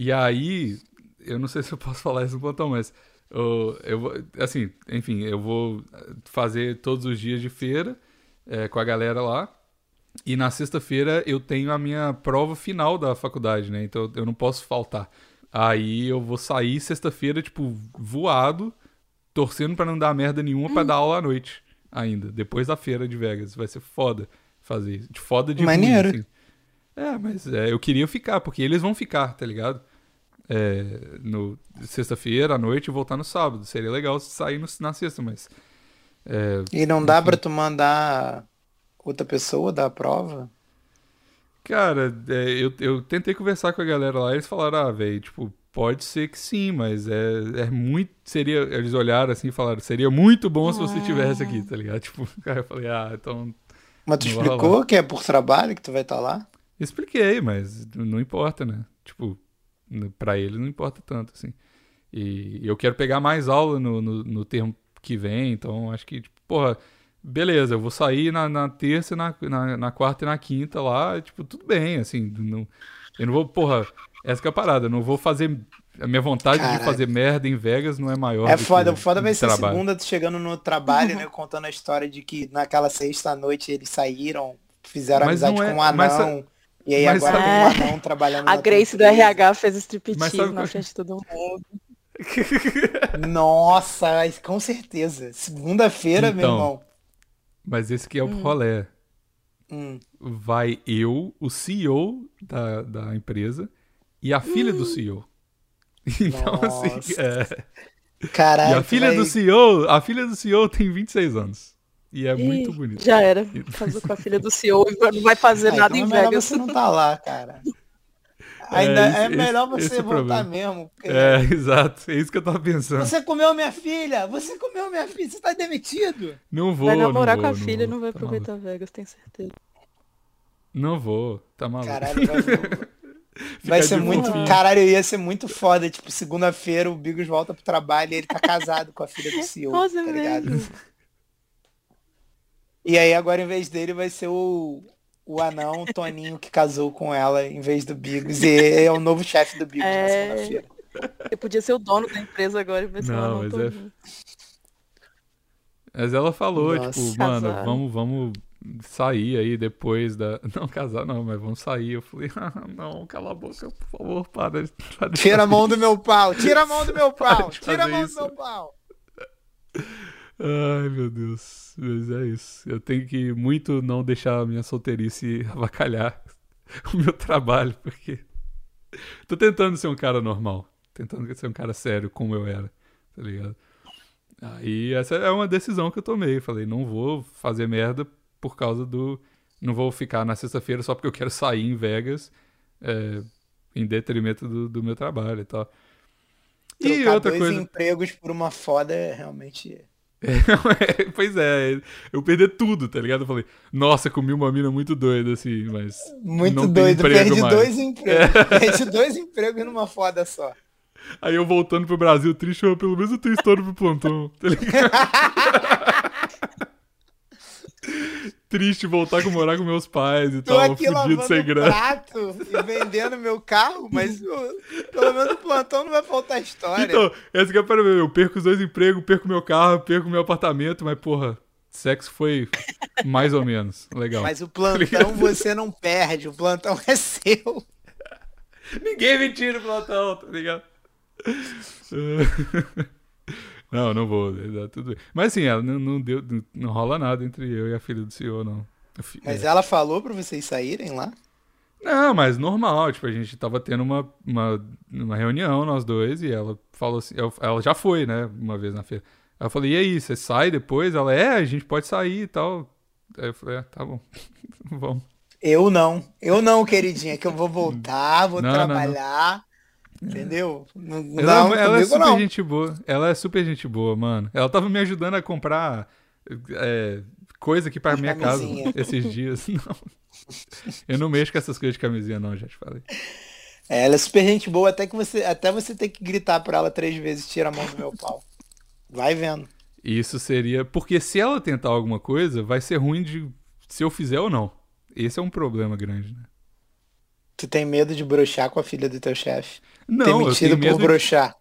Speaker 1: E aí, eu não sei se eu posso *laughs* falar isso no plantão, mas ô, eu vou, assim, enfim, eu vou fazer todos os dias de feira é, com a galera lá. E na sexta-feira eu tenho a minha prova final da faculdade, né? Então eu não posso faltar. Aí eu vou sair sexta-feira, tipo, voado, torcendo pra não dar merda nenhuma pra dar aula à noite ainda, depois da feira de Vegas. Vai ser foda fazer isso. De Foda de ruim,
Speaker 2: Maneiro.
Speaker 1: assim. É, mas é, eu queria ficar, porque eles vão ficar, tá ligado? É, no sexta-feira à noite e voltar no sábado. Seria legal sair no- na sexta, mas. é,
Speaker 2: E não dá pra tu mandar outra pessoa dar a prova?
Speaker 1: Cara, é, eu, eu tentei conversar com a galera lá, eles falaram, ah, velho, tipo, pode ser que sim, mas é, é muito. Seria. Eles olharam assim e falaram, seria muito bom se você tivesse aqui, tá ligado? *laughs* Tipo, cara, eu falei, ah, então.
Speaker 2: Mas tu
Speaker 1: Não vai
Speaker 2: explicou que é por trabalho que tu vai estar lá?
Speaker 1: Expliquei, mas não importa, né? Tipo, n- pra ele não importa tanto, assim. E eu quero pegar mais aula no, no, no termo que vem, então acho que, tipo, porra, beleza, eu vou sair na, na terça, e na, na, na quarta e na quinta lá, tipo, tudo bem, assim, não, eu não vou, porra, essa que é a parada, eu não vou fazer, a minha vontade de
Speaker 2: Caralho.
Speaker 1: fazer merda em Vegas não é maior
Speaker 2: É
Speaker 1: do
Speaker 2: foda,
Speaker 1: que
Speaker 2: o foda vai ser
Speaker 1: trabalho.
Speaker 2: segunda tu chegando no trabalho,
Speaker 3: Uhum.
Speaker 2: né? Contando a história de que naquela sexta à noite eles saíram, fizeram
Speaker 1: Mas
Speaker 2: amizade
Speaker 1: não é-
Speaker 2: com um
Speaker 1: mas sa-
Speaker 2: anão. E aí
Speaker 1: mas
Speaker 2: agora
Speaker 3: sabe-
Speaker 2: tem um anão trabalhando
Speaker 3: A
Speaker 2: na
Speaker 3: Grace do
Speaker 2: tua empresa.
Speaker 3: RH fez
Speaker 1: Mas sabe
Speaker 3: striptease
Speaker 1: qual-
Speaker 3: na frente de todo mundo.
Speaker 2: Nossa, mas com certeza. Segunda-feira, meu
Speaker 1: Então.
Speaker 2: irmão.
Speaker 1: Mas esse que é o rolé.
Speaker 2: Hum.
Speaker 1: vai eu, o CEO da, da empresa e a filha do CEO. *laughs* Então, assim,
Speaker 2: Nossa.
Speaker 1: é.
Speaker 2: Caralho.
Speaker 1: E a
Speaker 2: tu
Speaker 1: filha
Speaker 2: vai-
Speaker 1: do CEO, a filha do CEO tem 26 anos. E é muito
Speaker 3: Ih,
Speaker 1: bonito.
Speaker 3: Já era. Casou com a filha do CEO e não vai fazer
Speaker 2: Ah,
Speaker 3: nada
Speaker 2: então é
Speaker 3: em
Speaker 2: melhor
Speaker 3: Vegas.
Speaker 2: você não tá lá,
Speaker 3: *laughs*
Speaker 2: cara. Ainda
Speaker 1: esse-
Speaker 2: é,
Speaker 1: esse-
Speaker 2: melhor
Speaker 1: esse é
Speaker 2: você
Speaker 1: o
Speaker 2: voltar
Speaker 1: problema.
Speaker 2: mesmo. porque-
Speaker 1: É, *laughs* exato. É isso que eu tava pensando.
Speaker 2: Você comeu minha filha! Você comeu minha filha! Você tá demitido!
Speaker 1: Não vou.
Speaker 3: Vai namorar
Speaker 1: não
Speaker 3: com a
Speaker 1: vou,
Speaker 3: filha e
Speaker 1: vou,
Speaker 3: não vai
Speaker 1: tá
Speaker 3: aproveitar Vegas, tenho certeza.
Speaker 1: maluco. Não vou, tá *laughs* maluco.
Speaker 2: Caralho, vai, vai ser
Speaker 1: de
Speaker 2: muito.
Speaker 1: fofinho.
Speaker 2: Caralho, ia ser muito foda. Tipo, segunda-feira o Bigos volta pro trabalho e ele tá casado com a filha do CEO.
Speaker 3: Nossa,
Speaker 2: tá
Speaker 3: é
Speaker 2: ligado?
Speaker 3: mesmo.
Speaker 2: E aí agora em vez dele vai ser o, o anão Toninho que casou com ela em vez do Bigos. E é o novo chefe do Bigos na
Speaker 3: É.
Speaker 2: segunda-feira.
Speaker 3: Você podia ser o dono da empresa agora e vai ser
Speaker 1: Não,
Speaker 3: não,
Speaker 1: mas
Speaker 3: não
Speaker 1: é-
Speaker 3: todo mundo.
Speaker 1: Mas ela falou,
Speaker 2: Nossa.
Speaker 1: tipo, mano,
Speaker 3: Casar.
Speaker 1: vamos, vamos sair aí depois da. *laughs* Não, casar não, mas vamos sair. Eu falei, *laughs* ah, não, cala a boca, por favor, para. de- para de
Speaker 2: Tira a
Speaker 1: fazer
Speaker 2: mão do meu pau! Tira a mão do meu pau!
Speaker 1: Para de
Speaker 2: Tira a
Speaker 1: fazer
Speaker 2: mão do
Speaker 1: isso.
Speaker 2: meu pau!
Speaker 1: Ai, meu Deus. Mas é isso. Eu tenho que muito não deixar a minha solteirice *laughs* avacalhar o meu trabalho, porque. Tô tentando ser um cara normal. Tentando ser um cara sério, como eu era, tá ligado? Aí essa é uma decisão que eu tomei. Falei, não vou fazer merda por causa do. Não vou ficar na sexta-feira só porque eu quero sair em Vegas, é, em detrimento do, do meu trabalho e tal. E
Speaker 2: Trocar
Speaker 1: outra
Speaker 2: dois
Speaker 1: coisa.
Speaker 2: empregos por uma foda é realmente.
Speaker 1: É, *laughs* pois é, eu perdi tudo, tá ligado? Eu falei, nossa, comi uma mina muito doida, assim, mas.
Speaker 2: Muito
Speaker 1: não tem
Speaker 2: doido.
Speaker 1: emprego
Speaker 2: Perdi
Speaker 1: mais. É.
Speaker 2: dois empregos. Perdi dois empregos numa foda só.
Speaker 1: Aí eu voltando pro Brasil, triste, eu, pelo menos eu tenho história pro plantão, *laughs* tá ligado? triste voltar com morar com meus pais e
Speaker 2: Tô
Speaker 1: tal,
Speaker 2: aqui
Speaker 1: fudido
Speaker 2: lavando
Speaker 1: sem grana.
Speaker 2: prato e vendendo meu carro, mas ô, pelo menos o plantão não vai faltar história.
Speaker 1: Então, essa que é para mim, eu perco os dois empregos, perco meu carro, perco meu apartamento, mas porra, sexo foi mais ou menos, legal.
Speaker 2: Mas o plantão você não perde, o plantão é seu.
Speaker 1: Ninguém me tira o plantão, tá ligado? *laughs* Não, não vou. Tá tudo bem. Mas assim, ela não, não deu, não, não rola nada entre eu e a filha do senhor, não. A fi-
Speaker 2: Mas
Speaker 1: é.
Speaker 2: ela falou pra vocês saírem lá?
Speaker 1: Não, mas normal, tipo, a gente tava tendo uma, uma, uma reunião, nós dois, e ela falou assim, eu- ela já foi, né, uma vez na feira. Ela falou, e aí, você sai depois? Ela, é, a gente pode sair e tal. Aí eu falei, ah, tá bom, *laughs* vamos.
Speaker 2: Eu não. Eu não, queridinha, que eu vou voltar, vou
Speaker 1: Não, não, não.
Speaker 2: trabalhar. Entendeu? Não, não,
Speaker 1: Ela, é- ela é
Speaker 2: comigo
Speaker 1: super
Speaker 2: não.
Speaker 1: gente boa, ela é super gente boa, mano. Ela tava me ajudando a comprar é, coisa aqui pra minha casa
Speaker 2: Camisinha.
Speaker 1: *laughs* esses dias, não. Eu não mexo com essas coisas de camisinha, não, já te falei.
Speaker 2: É, Ela é super gente boa, até que você, até você ter que gritar pra ela três vezes, tira a mão do meu pau. Vai vendo.
Speaker 1: Isso seria. Porque se ela tentar alguma coisa, vai ser ruim de se eu fizer ou não. Esse é um problema grande, né?
Speaker 2: Tu tem medo de broxar com a filha do teu chefe? ter
Speaker 1: Não, eu
Speaker 2: mentido
Speaker 1: tenho
Speaker 2: por
Speaker 1: medo. de-
Speaker 2: broxar.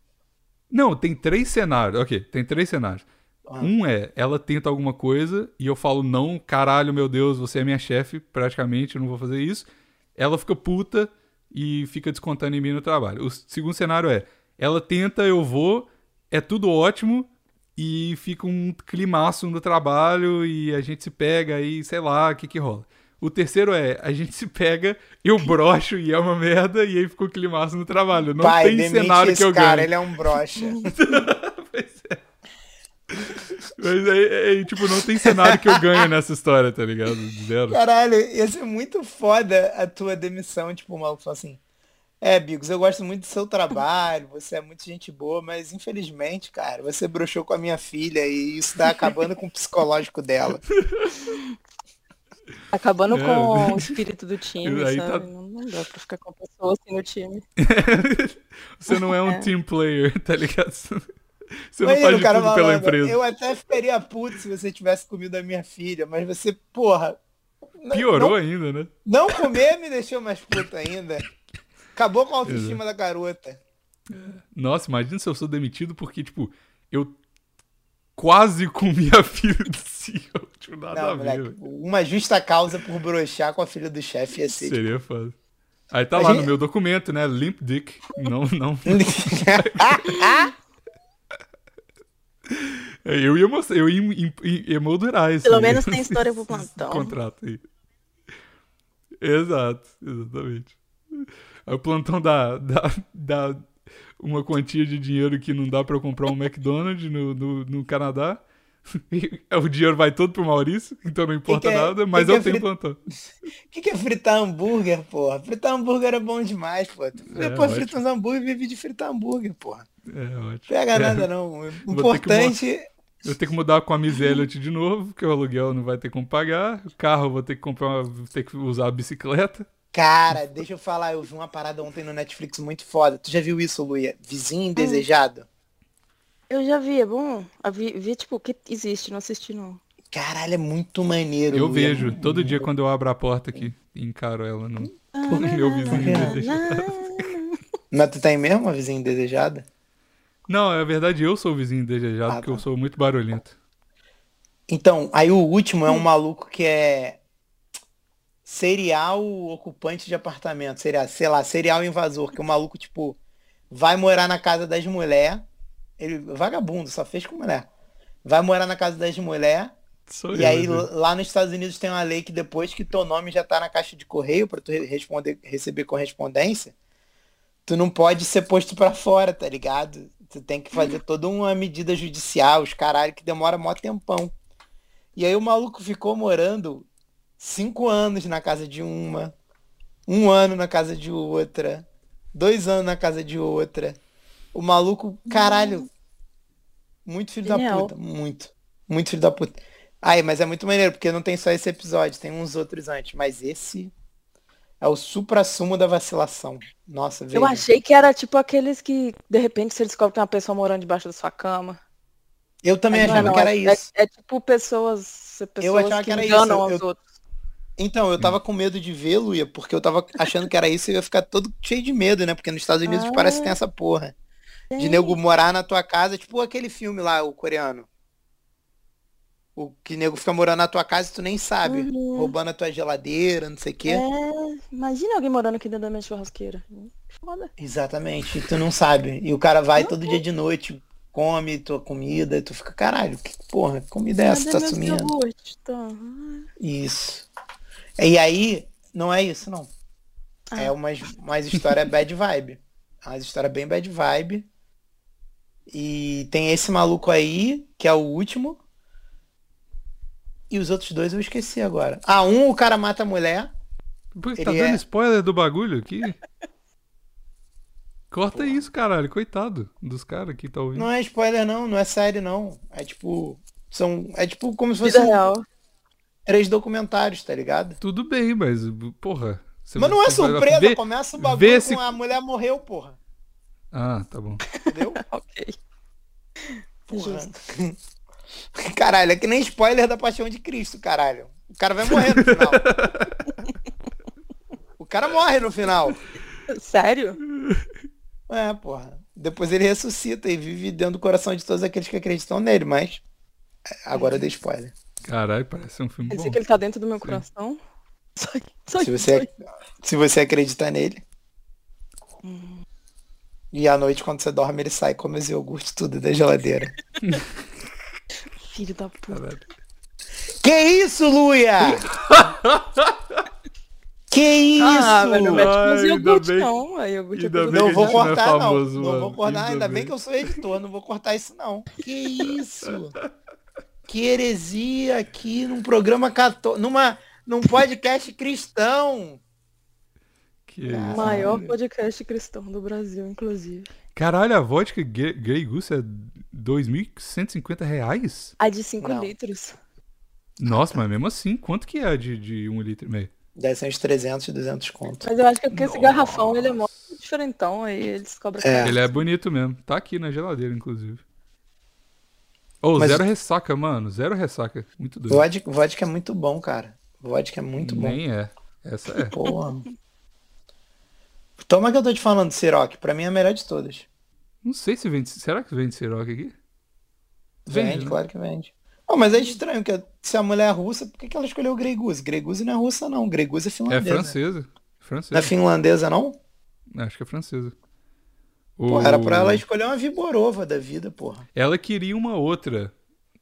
Speaker 1: Não, tem três cenários. Ok, tem três cenários.
Speaker 2: Ah.
Speaker 1: Um é, ela tenta alguma coisa e eu falo, não, caralho, meu Deus, você é minha chefe, praticamente, eu não vou fazer isso. Ela fica puta e fica descontando em mim no trabalho. O segundo cenário é, ela tenta, eu vou, é tudo ótimo e fica um climaço no trabalho e a gente se pega e sei lá, o que que rola. O terceiro é, a gente se pega, eu brocho e é uma merda e aí fica um climaço no trabalho. Não
Speaker 2: Pai,
Speaker 1: tem
Speaker 2: demente
Speaker 1: cenário
Speaker 2: esse
Speaker 1: que eu
Speaker 2: cara,
Speaker 1: ganhe.
Speaker 2: ele é
Speaker 1: *laughs*
Speaker 2: um broxa.
Speaker 1: é. Mas aí, aí, tipo, não tem cenário que eu ganho nessa história, tá ligado?
Speaker 2: *laughs*
Speaker 1: Zero.
Speaker 2: Caralho, ia ser muito foda a tua demissão, tipo, o maluco falou assim. É, Bigos, eu gosto muito do seu trabalho, você é muito gente boa, mas infelizmente, cara, você broxou com a minha filha e isso tá acabando com o psicológico dela.
Speaker 3: Acabando
Speaker 1: É. *laughs*
Speaker 3: com o espírito do time,
Speaker 1: Aí
Speaker 3: sabe?
Speaker 1: tá-
Speaker 3: Não, não dá pra ficar com a pessoa assim no time.
Speaker 1: Você não é um
Speaker 3: É.
Speaker 1: team player, tá ligado? *laughs* Você não
Speaker 2: Imagina,
Speaker 1: faz de
Speaker 2: o cara
Speaker 1: tudo pela
Speaker 2: falando,
Speaker 1: empresa.
Speaker 2: Eu até ficaria puto se você tivesse comido a minha filha, mas você, porra, n-
Speaker 1: Piorou ainda, né?
Speaker 2: não, não comer me deixou mais puto ainda. Acabou com
Speaker 1: é.
Speaker 2: a autoestima da garota.
Speaker 1: Nossa, imagina se eu sou demitido porque, tipo, eu quase comi a filha do CEO. *laughs* Tipo, nada a
Speaker 2: Não,
Speaker 1: ver,
Speaker 2: moleque,
Speaker 1: velho.
Speaker 2: uma justa causa por broxar com a filha do chefe ia ser
Speaker 1: Seria foda. Aí tá
Speaker 2: A
Speaker 1: lá
Speaker 2: gente-
Speaker 1: no meu documento, né? Limp Dick. Não, não. É, Eu ia mostrar, eu ia em- em- emoldurar isso.
Speaker 3: Pelo
Speaker 1: aí, *laughs*
Speaker 3: menos tem história pro
Speaker 1: esse
Speaker 3: plantão.
Speaker 1: Contrato aí. Exato, exatamente. Aí O plantão dá, dá, dá uma quantia de dinheiro que não dá pra eu comprar um McDonald's no, no, no Canadá. *laughs* E é, o dinheiro vai todo pro Maurício, então não importa
Speaker 2: que é-
Speaker 1: nada,
Speaker 2: que
Speaker 1: mas
Speaker 2: que
Speaker 1: eu
Speaker 2: é
Speaker 1: tenho
Speaker 2: fri-
Speaker 1: plantão.
Speaker 2: O *laughs* que, que é fritar hambúrguer, porra? Fritar hambúrguer é bom demais, pô. Tu-
Speaker 1: É,
Speaker 2: pô,
Speaker 1: ótimo.
Speaker 2: frita uns hambúrguer e vive de fritar hambúrguer, porra.
Speaker 1: É ótimo.
Speaker 2: Pega
Speaker 1: É,
Speaker 2: nada, não. O
Speaker 1: que
Speaker 2: importante.
Speaker 1: Eu tenho que mudar com a Miss Elliot de novo, porque o aluguel não vai ter como pagar. O carro eu vou ter que comprar, vou ter que usar a bicicleta.
Speaker 2: Cara, deixa eu falar, eu vi uma parada ontem no Netflix muito foda. Tu já viu isso, Luia? Vizinho indesejado?
Speaker 3: Eu já vi, é bom? Eu vi, vi, tipo, que existe, não
Speaker 1: *laughs*
Speaker 3: assisti não.
Speaker 2: Caralho, é muito maneiro.
Speaker 1: Eu
Speaker 2: Luia.
Speaker 1: vejo todo dia quando eu abro a porta aqui e encaro ela no,
Speaker 3: Ah,
Speaker 1: no *laughs*
Speaker 3: é
Speaker 1: meu vizinho.
Speaker 2: Mas tu tem mesmo uma vizinha indesejada?
Speaker 1: Não, é verdade, eu sou o vizinho desejado,
Speaker 2: Ah,
Speaker 1: porque eu
Speaker 2: tá.
Speaker 1: sou muito barulhento.
Speaker 2: Então, aí o último é um maluco que é serial ocupante de apartamento, seria, sei lá, serial invasor, que o maluco, tipo, vai morar na casa das mulheres, ele, vagabundo, só fez com mulher. Vai morar na casa das mulheres,
Speaker 1: Sou
Speaker 2: e
Speaker 1: eu,
Speaker 2: aí
Speaker 1: né?
Speaker 2: lá nos Estados Unidos tem uma lei que depois que teu nome já tá na caixa de correio pra tu re- responder, receber correspondência, tu não pode ser posto pra fora, tá ligado? Tu tem que fazer toda uma medida judicial, os caralho, que demora mó tempão. E aí o maluco ficou morando cinco anos na casa de uma, um ano na casa de outra, dois anos na casa de outra. O maluco, caralho, muito filho da
Speaker 3: Genial.
Speaker 2: puta, muito, muito filho da puta. Aí, mas é muito maneiro, porque não tem só esse episódio, tem uns outros antes, mas esse é o supra-sumo da vacilação. Nossa, velho.
Speaker 3: Eu achei que era tipo aqueles que, de repente, você descobre que tem uma pessoa morando debaixo da sua cama.
Speaker 2: Eu também
Speaker 3: Mas não é,
Speaker 2: achava
Speaker 3: não,
Speaker 2: que era
Speaker 3: é-
Speaker 2: isso.
Speaker 3: É, é tipo pessoas, pessoas
Speaker 2: achava
Speaker 3: que,
Speaker 2: que era isso,
Speaker 3: enganam aos
Speaker 2: eu-
Speaker 3: outros.
Speaker 2: Então, eu tava com medo de ver, Luia, porque eu tava achando que era isso e eu ia ficar todo cheio de medo, né? Porque nos Estados Unidos
Speaker 3: Ah.
Speaker 2: parece que tem essa porra. De
Speaker 3: Tem.
Speaker 2: nego morar na tua casa, tipo aquele filme lá, o coreano. O que nego fica morando na tua casa e tu nem sabe.
Speaker 3: Uhum.
Speaker 2: Roubando a tua geladeira, não sei o quê.
Speaker 3: É, imagina alguém morando aqui dentro da minha churrasqueira. Foda.
Speaker 2: Exatamente, e tu não sabe. E o cara vai todo dia de noite, come tua comida, e tu fica, caralho, que porra, que comida é essa que
Speaker 3: Cadê Tá.
Speaker 2: tá
Speaker 3: meu
Speaker 2: sumindo?
Speaker 3: gosto?
Speaker 2: Isso. E aí, não é isso, não.
Speaker 3: Ah.
Speaker 2: É umas, umas história bad vibe. É Umas história bem bad vibe. E tem esse maluco aí, que é o último. E os outros dois eu esqueci agora. Ah, um o cara mata a mulher.
Speaker 1: Por que tá
Speaker 2: Ele
Speaker 1: dando
Speaker 2: é-
Speaker 1: spoiler do bagulho
Speaker 2: *laughs*
Speaker 1: aqui? Corta isso, caralho. Coitado dos caras que tá ouvindo.
Speaker 2: Não é spoiler não, não é série não. É tipo, são, é tipo como se
Speaker 3: Vida
Speaker 2: fossem
Speaker 3: real.
Speaker 2: três documentários, tá ligado?
Speaker 1: Tudo bem, mas, porra. você
Speaker 2: Mas não é
Speaker 1: vai-
Speaker 2: surpresa,
Speaker 1: Vê-
Speaker 2: começa o
Speaker 1: vê
Speaker 2: bagulho
Speaker 1: esse-
Speaker 2: com a mulher morreu, porra.
Speaker 1: Ah, tá bom. *laughs*
Speaker 2: Entendeu?
Speaker 3: Ok.
Speaker 2: Porra. *laughs* Caralho, é que nem spoiler da Paixão de Cristo, caralho. O cara vai morrer
Speaker 1: *laughs*
Speaker 2: no final. o cara morre no final.
Speaker 3: Sério?
Speaker 2: É, porra. Depois ele ressuscita e vive dentro do coração de todos aqueles que acreditam nele, mas é, agora eu dei spoiler.
Speaker 1: Caralho, parece um filme
Speaker 3: Quer
Speaker 1: bom.
Speaker 3: dizer que ele tá dentro do meu
Speaker 1: Sim.
Speaker 3: coração? *laughs* Só, só
Speaker 2: Se você, é se você acreditar nele. E à noite, quando você dorme, ele sai come os iogurtes tudo da geladeira.
Speaker 3: Filho da puta.
Speaker 1: Caralho.
Speaker 2: Que isso, Luia? que isso?
Speaker 3: Ah, velho, não mete
Speaker 1: Ai,
Speaker 3: com os
Speaker 1: ainda
Speaker 3: iogurte
Speaker 1: bem-
Speaker 3: não. Aí iogurte é
Speaker 1: ainda
Speaker 3: coisa
Speaker 1: bem
Speaker 2: é Não
Speaker 1: que
Speaker 3: da-
Speaker 1: a
Speaker 2: vou
Speaker 1: gente não é
Speaker 2: cortar, não.
Speaker 1: famoso,
Speaker 2: não vou
Speaker 1: mano.
Speaker 2: cortar, ainda,
Speaker 1: Ainda
Speaker 2: bem
Speaker 1: bem.
Speaker 2: que eu sou editor, não vou cortar isso, não. Que isso? Que heresia aqui num programa católico, numa, num podcast cristão.
Speaker 1: Que
Speaker 3: Ah.
Speaker 1: isso.
Speaker 3: Maior podcast cristão do Brasil, inclusive.
Speaker 1: Caralho, a vodka Gre- Grey Goose é 2.150 reais?
Speaker 3: A de 5
Speaker 2: Não.
Speaker 3: litros.
Speaker 1: Nossa, mas mesmo assim, quanto que é de, de 1 litro e meio?
Speaker 2: Deve ser uns 300, 200 conto.
Speaker 3: Mas eu acho que é porque esse
Speaker 1: Nossa.
Speaker 3: garrafão, ele é mó diferentão, aí eles cobram
Speaker 2: É.
Speaker 3: caro.
Speaker 1: Ele é bonito mesmo. Tá aqui na geladeira, inclusive. Ô,
Speaker 2: Mas-
Speaker 1: zero ressaca, mano. Zero ressaca. Muito doido.
Speaker 2: Vodka, vodka é muito bom, cara. Vodka é muito bom.
Speaker 1: Nem é. Essa é.
Speaker 2: Porra. Toma que eu tô te falando, Siroc. Pra mim é a melhor de todas.
Speaker 1: Não sei se vende. Será que vende Ciroc aqui? né?
Speaker 2: Vende, claro que vende. Ah, mas é estranho, que se a mulher é russa, por que, que ela escolheu o Grey Goose? Grey Goose não é russa, não. Grey Goose é
Speaker 1: É
Speaker 2: finlandesa.
Speaker 1: francesa.
Speaker 2: Não é
Speaker 1: Francesa.
Speaker 2: finlandesa, não?
Speaker 1: Acho que é francesa.
Speaker 2: Pô,
Speaker 1: O-
Speaker 2: era pra ela escolher uma Viborova da vida, porra.
Speaker 1: Ela queria uma outra,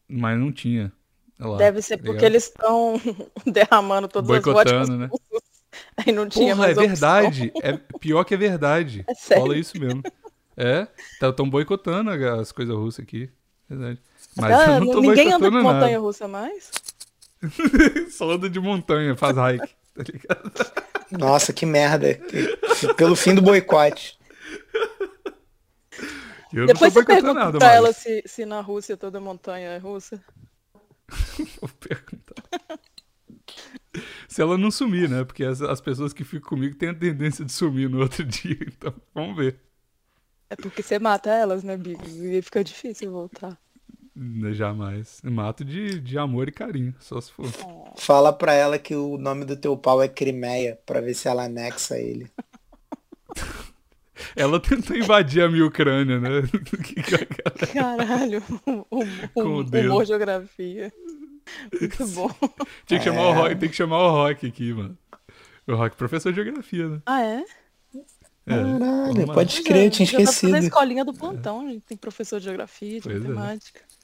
Speaker 1: mas não tinha. Olha lá,
Speaker 3: Deve ser
Speaker 1: tá
Speaker 3: porque
Speaker 1: ligado?
Speaker 3: eles estão *laughs* derramando todas as
Speaker 1: Boicotando,
Speaker 3: vodkas
Speaker 1: né?
Speaker 3: russas. *laughs* Aí não tinha
Speaker 1: Porra, é
Speaker 3: mais opção.
Speaker 1: verdade. É pior que é verdade.
Speaker 3: *laughs* É sério?
Speaker 1: Fala isso mesmo. É, estão boicotando as coisas russas aqui. É Verdade. Mas
Speaker 3: Ah,
Speaker 1: eu não tô
Speaker 3: ninguém anda
Speaker 1: boicotando
Speaker 3: de
Speaker 1: nada.
Speaker 3: montanha russa mais?
Speaker 1: *laughs* Só anda de montanha, faz hike. Tá ligado?
Speaker 2: Nossa, que merda. Que- Pelo fim do boicote.
Speaker 1: Eu
Speaker 3: Depois
Speaker 1: não tô boicotando
Speaker 3: você pergunta
Speaker 1: nada,
Speaker 3: pra
Speaker 1: mas
Speaker 3: ela se, se na Rússia toda montanha é russa.
Speaker 1: vou perguntar. Se ela não sumir, né? Porque as, as pessoas que ficam comigo têm a tendência de sumir no outro *laughs* dia. Então, vamos ver.
Speaker 3: É porque você mata elas, né, Bigos? E fica difícil voltar.
Speaker 1: Né, Jamais. Mato de, de amor e carinho, só se for.
Speaker 3: É.
Speaker 2: Fala pra ela que o nome do teu pau é Crimeia, pra ver se ela anexa ele.
Speaker 1: Ela tentou invadir a minha Ucrânia, né? *laughs* Que cagada.
Speaker 3: Caralho, *laughs* um, o, o,
Speaker 1: Com o
Speaker 3: o
Speaker 1: dedo.
Speaker 3: humor geografia.
Speaker 1: *laughs*
Speaker 3: Muito bom.
Speaker 1: Tinha que chamar o Rock, tem que chamar o Rock aqui, mano. O Rock, é professor de geografia, né?
Speaker 3: Ah, é?
Speaker 1: É,
Speaker 2: Caralho,
Speaker 1: porra,
Speaker 2: pode
Speaker 3: Pois
Speaker 2: crer,
Speaker 3: é,
Speaker 2: eu tinha
Speaker 3: já tá fazendo a
Speaker 2: esquecido.
Speaker 3: escolinha do plantão, gente. Tem professor de geografia, de
Speaker 1: É. Pois é.
Speaker 3: matemática.
Speaker 1: mano.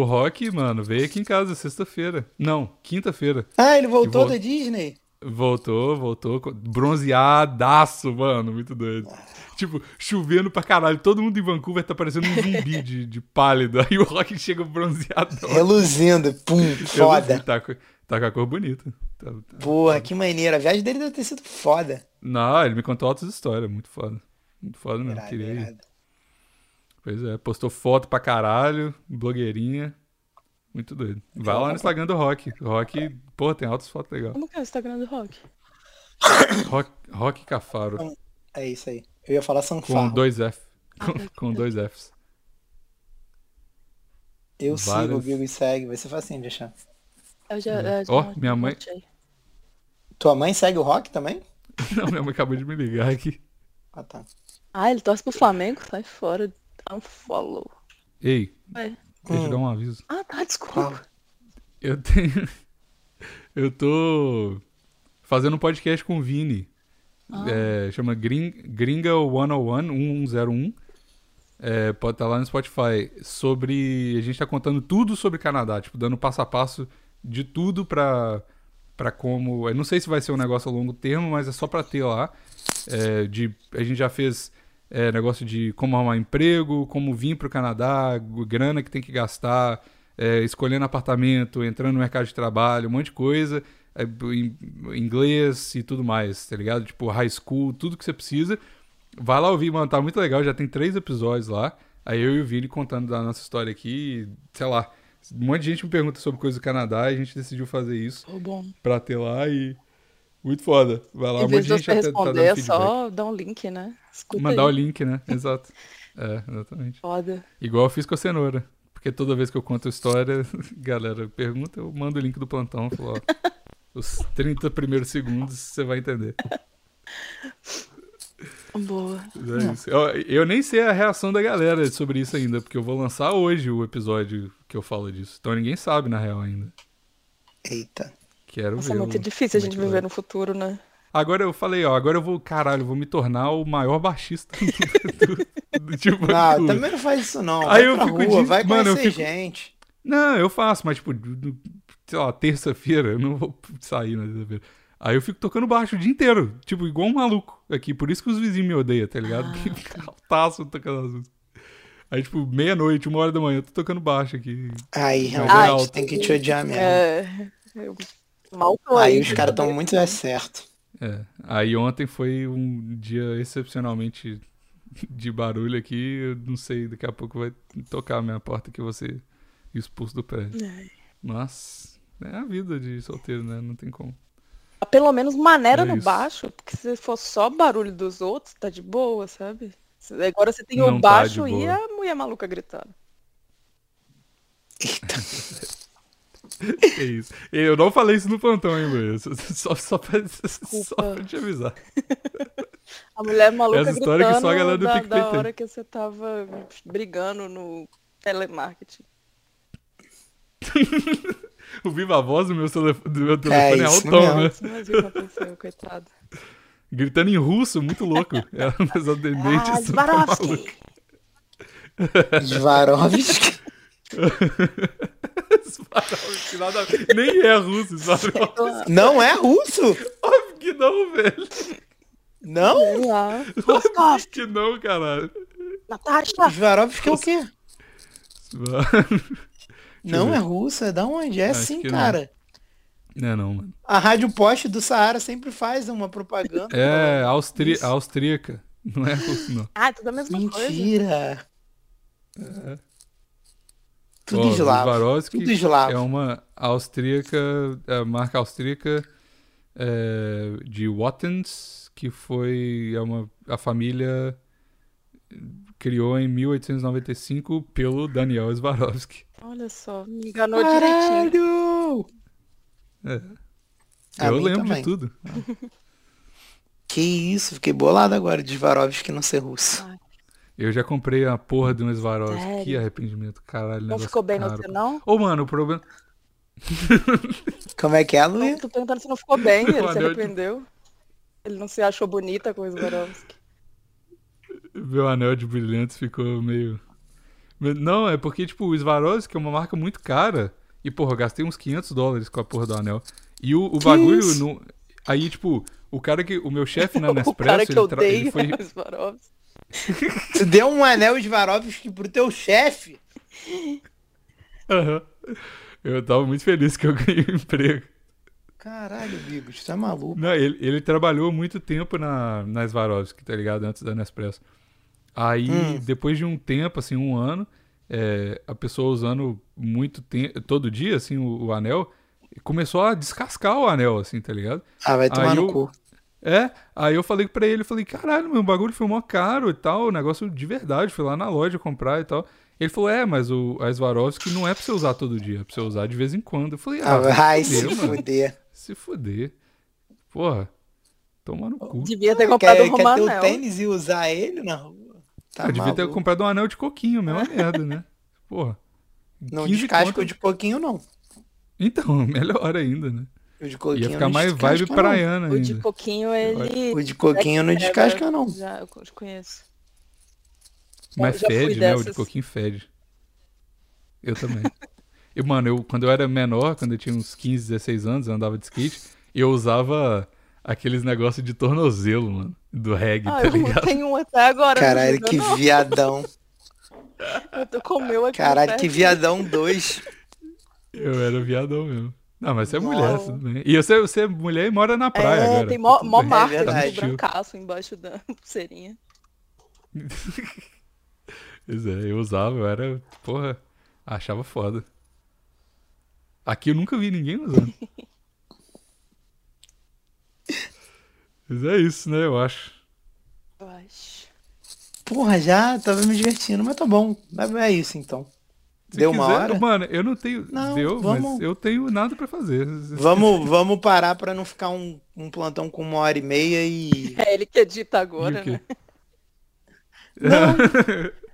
Speaker 1: O Rock, mano, veio aqui em casa sexta-feira. Não, quinta-feira.
Speaker 2: Ah, ele voltou
Speaker 1: volta.
Speaker 2: da Disney?
Speaker 1: Voltou, voltou, co- bronzeadaço, mano, muito doido. Tipo, chovendo pra caralho, todo mundo em Vancouver tá parecendo um zumbi de, de pálido. Aí o Rock chega bronzeadão.
Speaker 2: Reluzindo, pum,
Speaker 1: Eu não vi,
Speaker 2: foda.
Speaker 1: Tá, co- tá com a cor bonita. Tá- tá-
Speaker 2: Porra, que maneira. A viagem dele deve ter sido foda.
Speaker 1: Não, ele me contou outras histórias, muito foda. Muito foda mesmo,
Speaker 2: Irado,
Speaker 1: queria ir.
Speaker 2: irado.
Speaker 1: Pois é, postou foto pra caralho, blogueirinha. Muito doido. Vai lá no Instagram do Rock. O Rock, pô, tem altas fotos legais.
Speaker 3: Como que é o Instagram do Rock?
Speaker 1: Rock, Rock Cafaro,
Speaker 2: É isso aí. Eu ia falar
Speaker 1: com
Speaker 2: Sanfarro.
Speaker 1: dois F. Com, com dois Fs. *laughs*
Speaker 2: Eu sigo, o
Speaker 1: vários.
Speaker 2: Bigo e segue. Vai ser facinho de achar.
Speaker 3: Eu já, eu já
Speaker 1: É. Ó, minha mãe-
Speaker 3: achei.
Speaker 2: Tua mãe segue o Rock também?
Speaker 1: Não, minha mãe acabou de me ligar aqui.
Speaker 2: Ah, tá.
Speaker 3: Ah, ele torce pro Flamengo? Sai fora. Dá um follow.
Speaker 1: Ei,
Speaker 3: Vai.
Speaker 1: deixa eu dar um aviso.
Speaker 3: Ah, tá, desculpa.
Speaker 1: Eu tenho. *laughs* Eu tô fazendo um podcast com o oh um Vini. É, chama Gring, Gringa 101, 101. é, pode estar lá no Spotify, sobre. A gente tá contando tudo sobre Canadá, tipo, dando passo a passo de tudo pra, pra como. Eu não sei se vai ser um negócio a longo termo, mas é só pra ter lá. É, de, a gente já fez é, negócio de como arrumar emprego, como vir pro Canadá, grana que tem que gastar, é, escolhendo apartamento, entrando no mercado de trabalho, um monte de coisa, é, em- inglês e tudo mais, tá ligado? Tipo, high school, tudo que você precisa. Vai lá ouvir, mano, tá muito legal, já tem três episódios lá. Aí eu e o Vini contando da nossa história aqui, e, sei lá. Um monte de gente me pergunta sobre coisa do Canadá e a gente decidiu fazer isso
Speaker 3: Ô, bom.
Speaker 1: pra ter lá e. Muito foda. Vai lá,
Speaker 3: Em
Speaker 1: um monte
Speaker 3: vez
Speaker 1: de
Speaker 3: de
Speaker 1: gente
Speaker 3: você
Speaker 1: já tá- tá dando
Speaker 3: responder, é
Speaker 1: feedback.
Speaker 3: só dar um link, né? Escuta
Speaker 1: Mandar o
Speaker 3: aí.
Speaker 1: link, né? Exato. É, exatamente.
Speaker 3: Foda.
Speaker 1: Igual eu fiz com a cenoura. Porque toda vez que eu conto história, *laughs* galera pergunta, eu mando o link do plantão. eu Falo, ó, os 30 primeiros segundos você vai entender.
Speaker 3: Boa.
Speaker 1: É isso. Ó, Eu, nem sei a reação da galera sobre isso ainda, porque eu vou lançar hoje o episódio que eu falo disso. Então ninguém sabe, na real, ainda.
Speaker 2: Eita.
Speaker 1: Quero
Speaker 3: Nossa, é
Speaker 1: ver.
Speaker 3: muito
Speaker 1: o-
Speaker 3: difícil
Speaker 1: como é
Speaker 3: a gente
Speaker 1: que vai.
Speaker 3: viver no futuro, né?
Speaker 1: Agora eu falei, ó, agora eu vou, caralho, eu vou me tornar o maior baixista *laughs* do, do, do, de
Speaker 2: Não,
Speaker 1: Vancouver.
Speaker 2: Ah, também não faz isso não.
Speaker 1: Aí
Speaker 2: Vai
Speaker 1: eu
Speaker 2: pra
Speaker 1: fico
Speaker 2: rua,
Speaker 1: de-
Speaker 2: vai
Speaker 1: mano, eu
Speaker 2: conhecer
Speaker 1: fico-
Speaker 2: gente.
Speaker 1: Não, eu faço, mas tipo, do- do- sei lá, terça-feira, eu não vou sair na terça-feira. Aí eu fico tocando baixo o dia inteiro, tipo, igual um maluco aqui. Por isso que os vizinhos me odeiam, tá ligado? Porque fica *laughs* altaço tocando as músicas. Aí, tipo, meia-noite, uma hora da manhã, eu tô tocando baixo aqui.
Speaker 2: Aí,
Speaker 1: Não,
Speaker 2: realmente,
Speaker 1: Geraldo.
Speaker 2: tem que te odiar mesmo.
Speaker 3: É. Eu mal tô
Speaker 2: Aí
Speaker 3: aí.
Speaker 2: os caras estão muito é certo.
Speaker 1: É. Aí ontem foi um dia excepcionalmente de barulho aqui. Eu não sei, daqui a pouco vai tocar a minha porta que você expulso do prédio.
Speaker 3: É.
Speaker 1: Mas é a vida de solteiro, né? Não tem como.
Speaker 3: Pelo menos maneira
Speaker 1: É
Speaker 3: no
Speaker 1: isso.
Speaker 3: baixo, porque se for só barulho dos outros, tá de boa, sabe? Agora você tem
Speaker 1: Não
Speaker 3: o
Speaker 1: tá
Speaker 3: baixo
Speaker 1: de
Speaker 3: e
Speaker 1: boa.
Speaker 3: a mulher maluca gritando.
Speaker 2: Eita.
Speaker 1: É isso. Eu não falei isso no plantão, hein, Luiz? *laughs* Só, só, pra, só pra te avisar.
Speaker 3: A mulher maluca
Speaker 1: Essa história que
Speaker 3: gritando
Speaker 1: só a galera do
Speaker 3: da,
Speaker 1: PicPay
Speaker 3: da
Speaker 1: tem.
Speaker 3: hora que você tava brigando no telemarketing.
Speaker 1: O Viva Voz do meu telefone, do meu
Speaker 2: É
Speaker 1: telefone é,
Speaker 2: isso
Speaker 1: altão,
Speaker 2: mesmo.
Speaker 1: né?
Speaker 3: Você imagina o que aconteceu, coitado.
Speaker 1: Gritando em russo, muito
Speaker 2: *laughs*
Speaker 1: louco. Era um dos atendentes.
Speaker 3: Ah,
Speaker 1: super maluco.
Speaker 3: Swarovski!
Speaker 2: Svarovski.
Speaker 1: *laughs* Swarovski, nada a ver. Nem é russo, Swarovski.
Speaker 2: *laughs* Não é russo?
Speaker 1: Óbvio que não, velho.
Speaker 2: Não?
Speaker 3: Sei lá.
Speaker 1: Óbvio
Speaker 3: Rostov,
Speaker 1: que não, caralho.
Speaker 3: Natasha!
Speaker 2: Svarovski é o quê? Não
Speaker 1: ver.
Speaker 2: é russo, é da onde? É
Speaker 1: Acho
Speaker 2: sim,
Speaker 1: que não.
Speaker 2: cara.
Speaker 1: Não *laughs* é não, mano.
Speaker 2: A Rádio Poste do Saara sempre faz uma propaganda.
Speaker 1: É austri... austríaca. Não é russo, não.
Speaker 3: Ah, é tudo a mesma coisa.
Speaker 2: Mentira. Tudo
Speaker 1: É. Ó,
Speaker 2: eslavo.
Speaker 1: Swarovski
Speaker 2: Tudo eslavo.
Speaker 1: É uma austríaca, a marca austríaca é, de Wattens, que foi é uma, a família criou em 1895 pelo Daniel Swarovski.
Speaker 3: Olha só, me enganou direitinho.
Speaker 2: Caralho!
Speaker 1: É.
Speaker 2: A
Speaker 1: Eu
Speaker 2: mim
Speaker 1: lembro
Speaker 2: também.
Speaker 1: de tudo.
Speaker 2: Que isso, fiquei bolado agora de Svarovski não ser russo.
Speaker 1: Eu já comprei a porra de um Swarovski.
Speaker 3: Sério?
Speaker 1: Que arrependimento, caralho.
Speaker 3: Não
Speaker 1: negócio
Speaker 3: ficou bem no
Speaker 1: caro.
Speaker 3: você, não?
Speaker 1: Ô, mano, o problema.
Speaker 2: Como é que é,
Speaker 3: Não,
Speaker 2: Luiz?
Speaker 3: Tô perguntando se não ficou bem, ele
Speaker 1: Olha,
Speaker 3: se
Speaker 1: eu-
Speaker 3: arrependeu. Ele não se achou bonita com o Swarovski.
Speaker 1: Meu anel de brilhantes ficou meio. Mas Não, é porque, tipo, o Swarovski é uma marca muito cara. E, porra, eu gastei uns 500 dólares com a porra do anel. E o, o bagulho.
Speaker 2: isso?
Speaker 1: Não... Aí, tipo, o cara que. O meu chefe na
Speaker 3: *laughs* O
Speaker 1: Nespresso.
Speaker 3: cara que
Speaker 1: ele, tra-
Speaker 3: odeia
Speaker 1: ele foi. *laughs*
Speaker 3: *laughs* o Swarovski.
Speaker 2: Tu deu um anel Svarovski pro teu chefe?
Speaker 1: Aham. Eu tava muito feliz que eu ganhei o emprego.
Speaker 2: Caralho, Bigos, tu é maluco.
Speaker 1: Não, ele, ele trabalhou muito tempo na, na Swarovski, tá ligado? Antes da Nespresso. Aí, depois de um tempo, assim, um ano, é, a pessoa usando muito tempo, todo dia, assim, o, o anel, começou a descascar o anel, assim, tá ligado?
Speaker 2: Ah, vai tomar
Speaker 1: Aí
Speaker 2: no
Speaker 1: eu-
Speaker 2: cu.
Speaker 1: É, aí eu falei pra ele, eu falei, caralho, meu o bagulho foi mó caro e tal, o negócio de verdade, fui lá na loja comprar e tal. Ele falou, é, mas o, a Swarovski não é pra você usar todo dia, é pra você usar de vez em quando. Eu falei, ah, né?
Speaker 2: Ah, vai se
Speaker 1: fudeu, mano.
Speaker 2: fuder.
Speaker 1: Se fuder. Porra. Toma no cu.
Speaker 3: Devia ter comprado
Speaker 2: Quer,
Speaker 3: um
Speaker 2: quer ter o
Speaker 3: Romanel.
Speaker 2: tênis e usar ele na rua? Tá
Speaker 1: eu devia ter
Speaker 2: maluco.
Speaker 1: comprado um anel de coquinho,
Speaker 3: *laughs*
Speaker 1: mesma merda, né? Porra.
Speaker 2: Não
Speaker 1: 15
Speaker 2: descasca
Speaker 1: conto-
Speaker 2: o de pouquinho, não.
Speaker 1: Então, *laughs* melhor ainda, né?
Speaker 2: O de coquinho
Speaker 1: Ia ficar
Speaker 3: um
Speaker 2: não
Speaker 1: mais vibe
Speaker 2: descasca, não.
Speaker 1: praiana
Speaker 3: O de
Speaker 1: ainda.
Speaker 3: coquinho, ele...
Speaker 2: O de coquinho não descasca, não.
Speaker 3: Já eu conheço.
Speaker 1: Mas
Speaker 3: já fui
Speaker 1: fede, né? O de
Speaker 3: dessas.
Speaker 1: coquinho fede. Eu também. *laughs* eu, mano, eu, quando eu era menor, quando eu tinha uns 15, 16 anos, eu andava de skate, eu usava aqueles negócios de tornozelo, mano. Do reggae,
Speaker 3: Ah,
Speaker 1: tá
Speaker 3: eu
Speaker 1: ligado?
Speaker 3: mantenho um até agora. não
Speaker 2: Caralho,
Speaker 3: liga,
Speaker 2: que
Speaker 3: não.
Speaker 2: viadão.
Speaker 3: Eu tô com o meu aqui.
Speaker 2: Caralho,
Speaker 3: perto.
Speaker 2: que viadão 2.
Speaker 1: Eu era viadão mesmo. Não, mas você é
Speaker 2: Não.
Speaker 1: mulher, tudo bem. E você, você é mulher e mora na praia
Speaker 3: é,
Speaker 1: agora.
Speaker 3: tem mó,
Speaker 1: tá
Speaker 3: mó
Speaker 1: tudo bem.
Speaker 2: mar-
Speaker 3: marca assim,
Speaker 2: Tá
Speaker 3: de
Speaker 1: sutil.
Speaker 3: brancaço embaixo da *laughs* pulseirinha.
Speaker 1: Pois é, eu usava, eu era, porra, achava foda. Aqui eu nunca vi ninguém
Speaker 2: *laughs*
Speaker 1: usando. Mas é isso, né, eu acho.
Speaker 3: Eu acho.
Speaker 2: Porra, já tava me divertindo, mas tá bom. Mas É isso então.
Speaker 1: Se
Speaker 2: Deu uma
Speaker 1: quiser-
Speaker 2: hora?
Speaker 1: Mano, eu não tenho.
Speaker 2: Não,
Speaker 1: deu, mas
Speaker 2: vamos.
Speaker 1: eu tenho nada pra fazer.
Speaker 2: Vamos, vamos parar pra não ficar um, um plantão com uma hora e meia e.
Speaker 3: É ele que edita
Speaker 1: E o
Speaker 3: agora,
Speaker 1: quê? *laughs*
Speaker 3: né?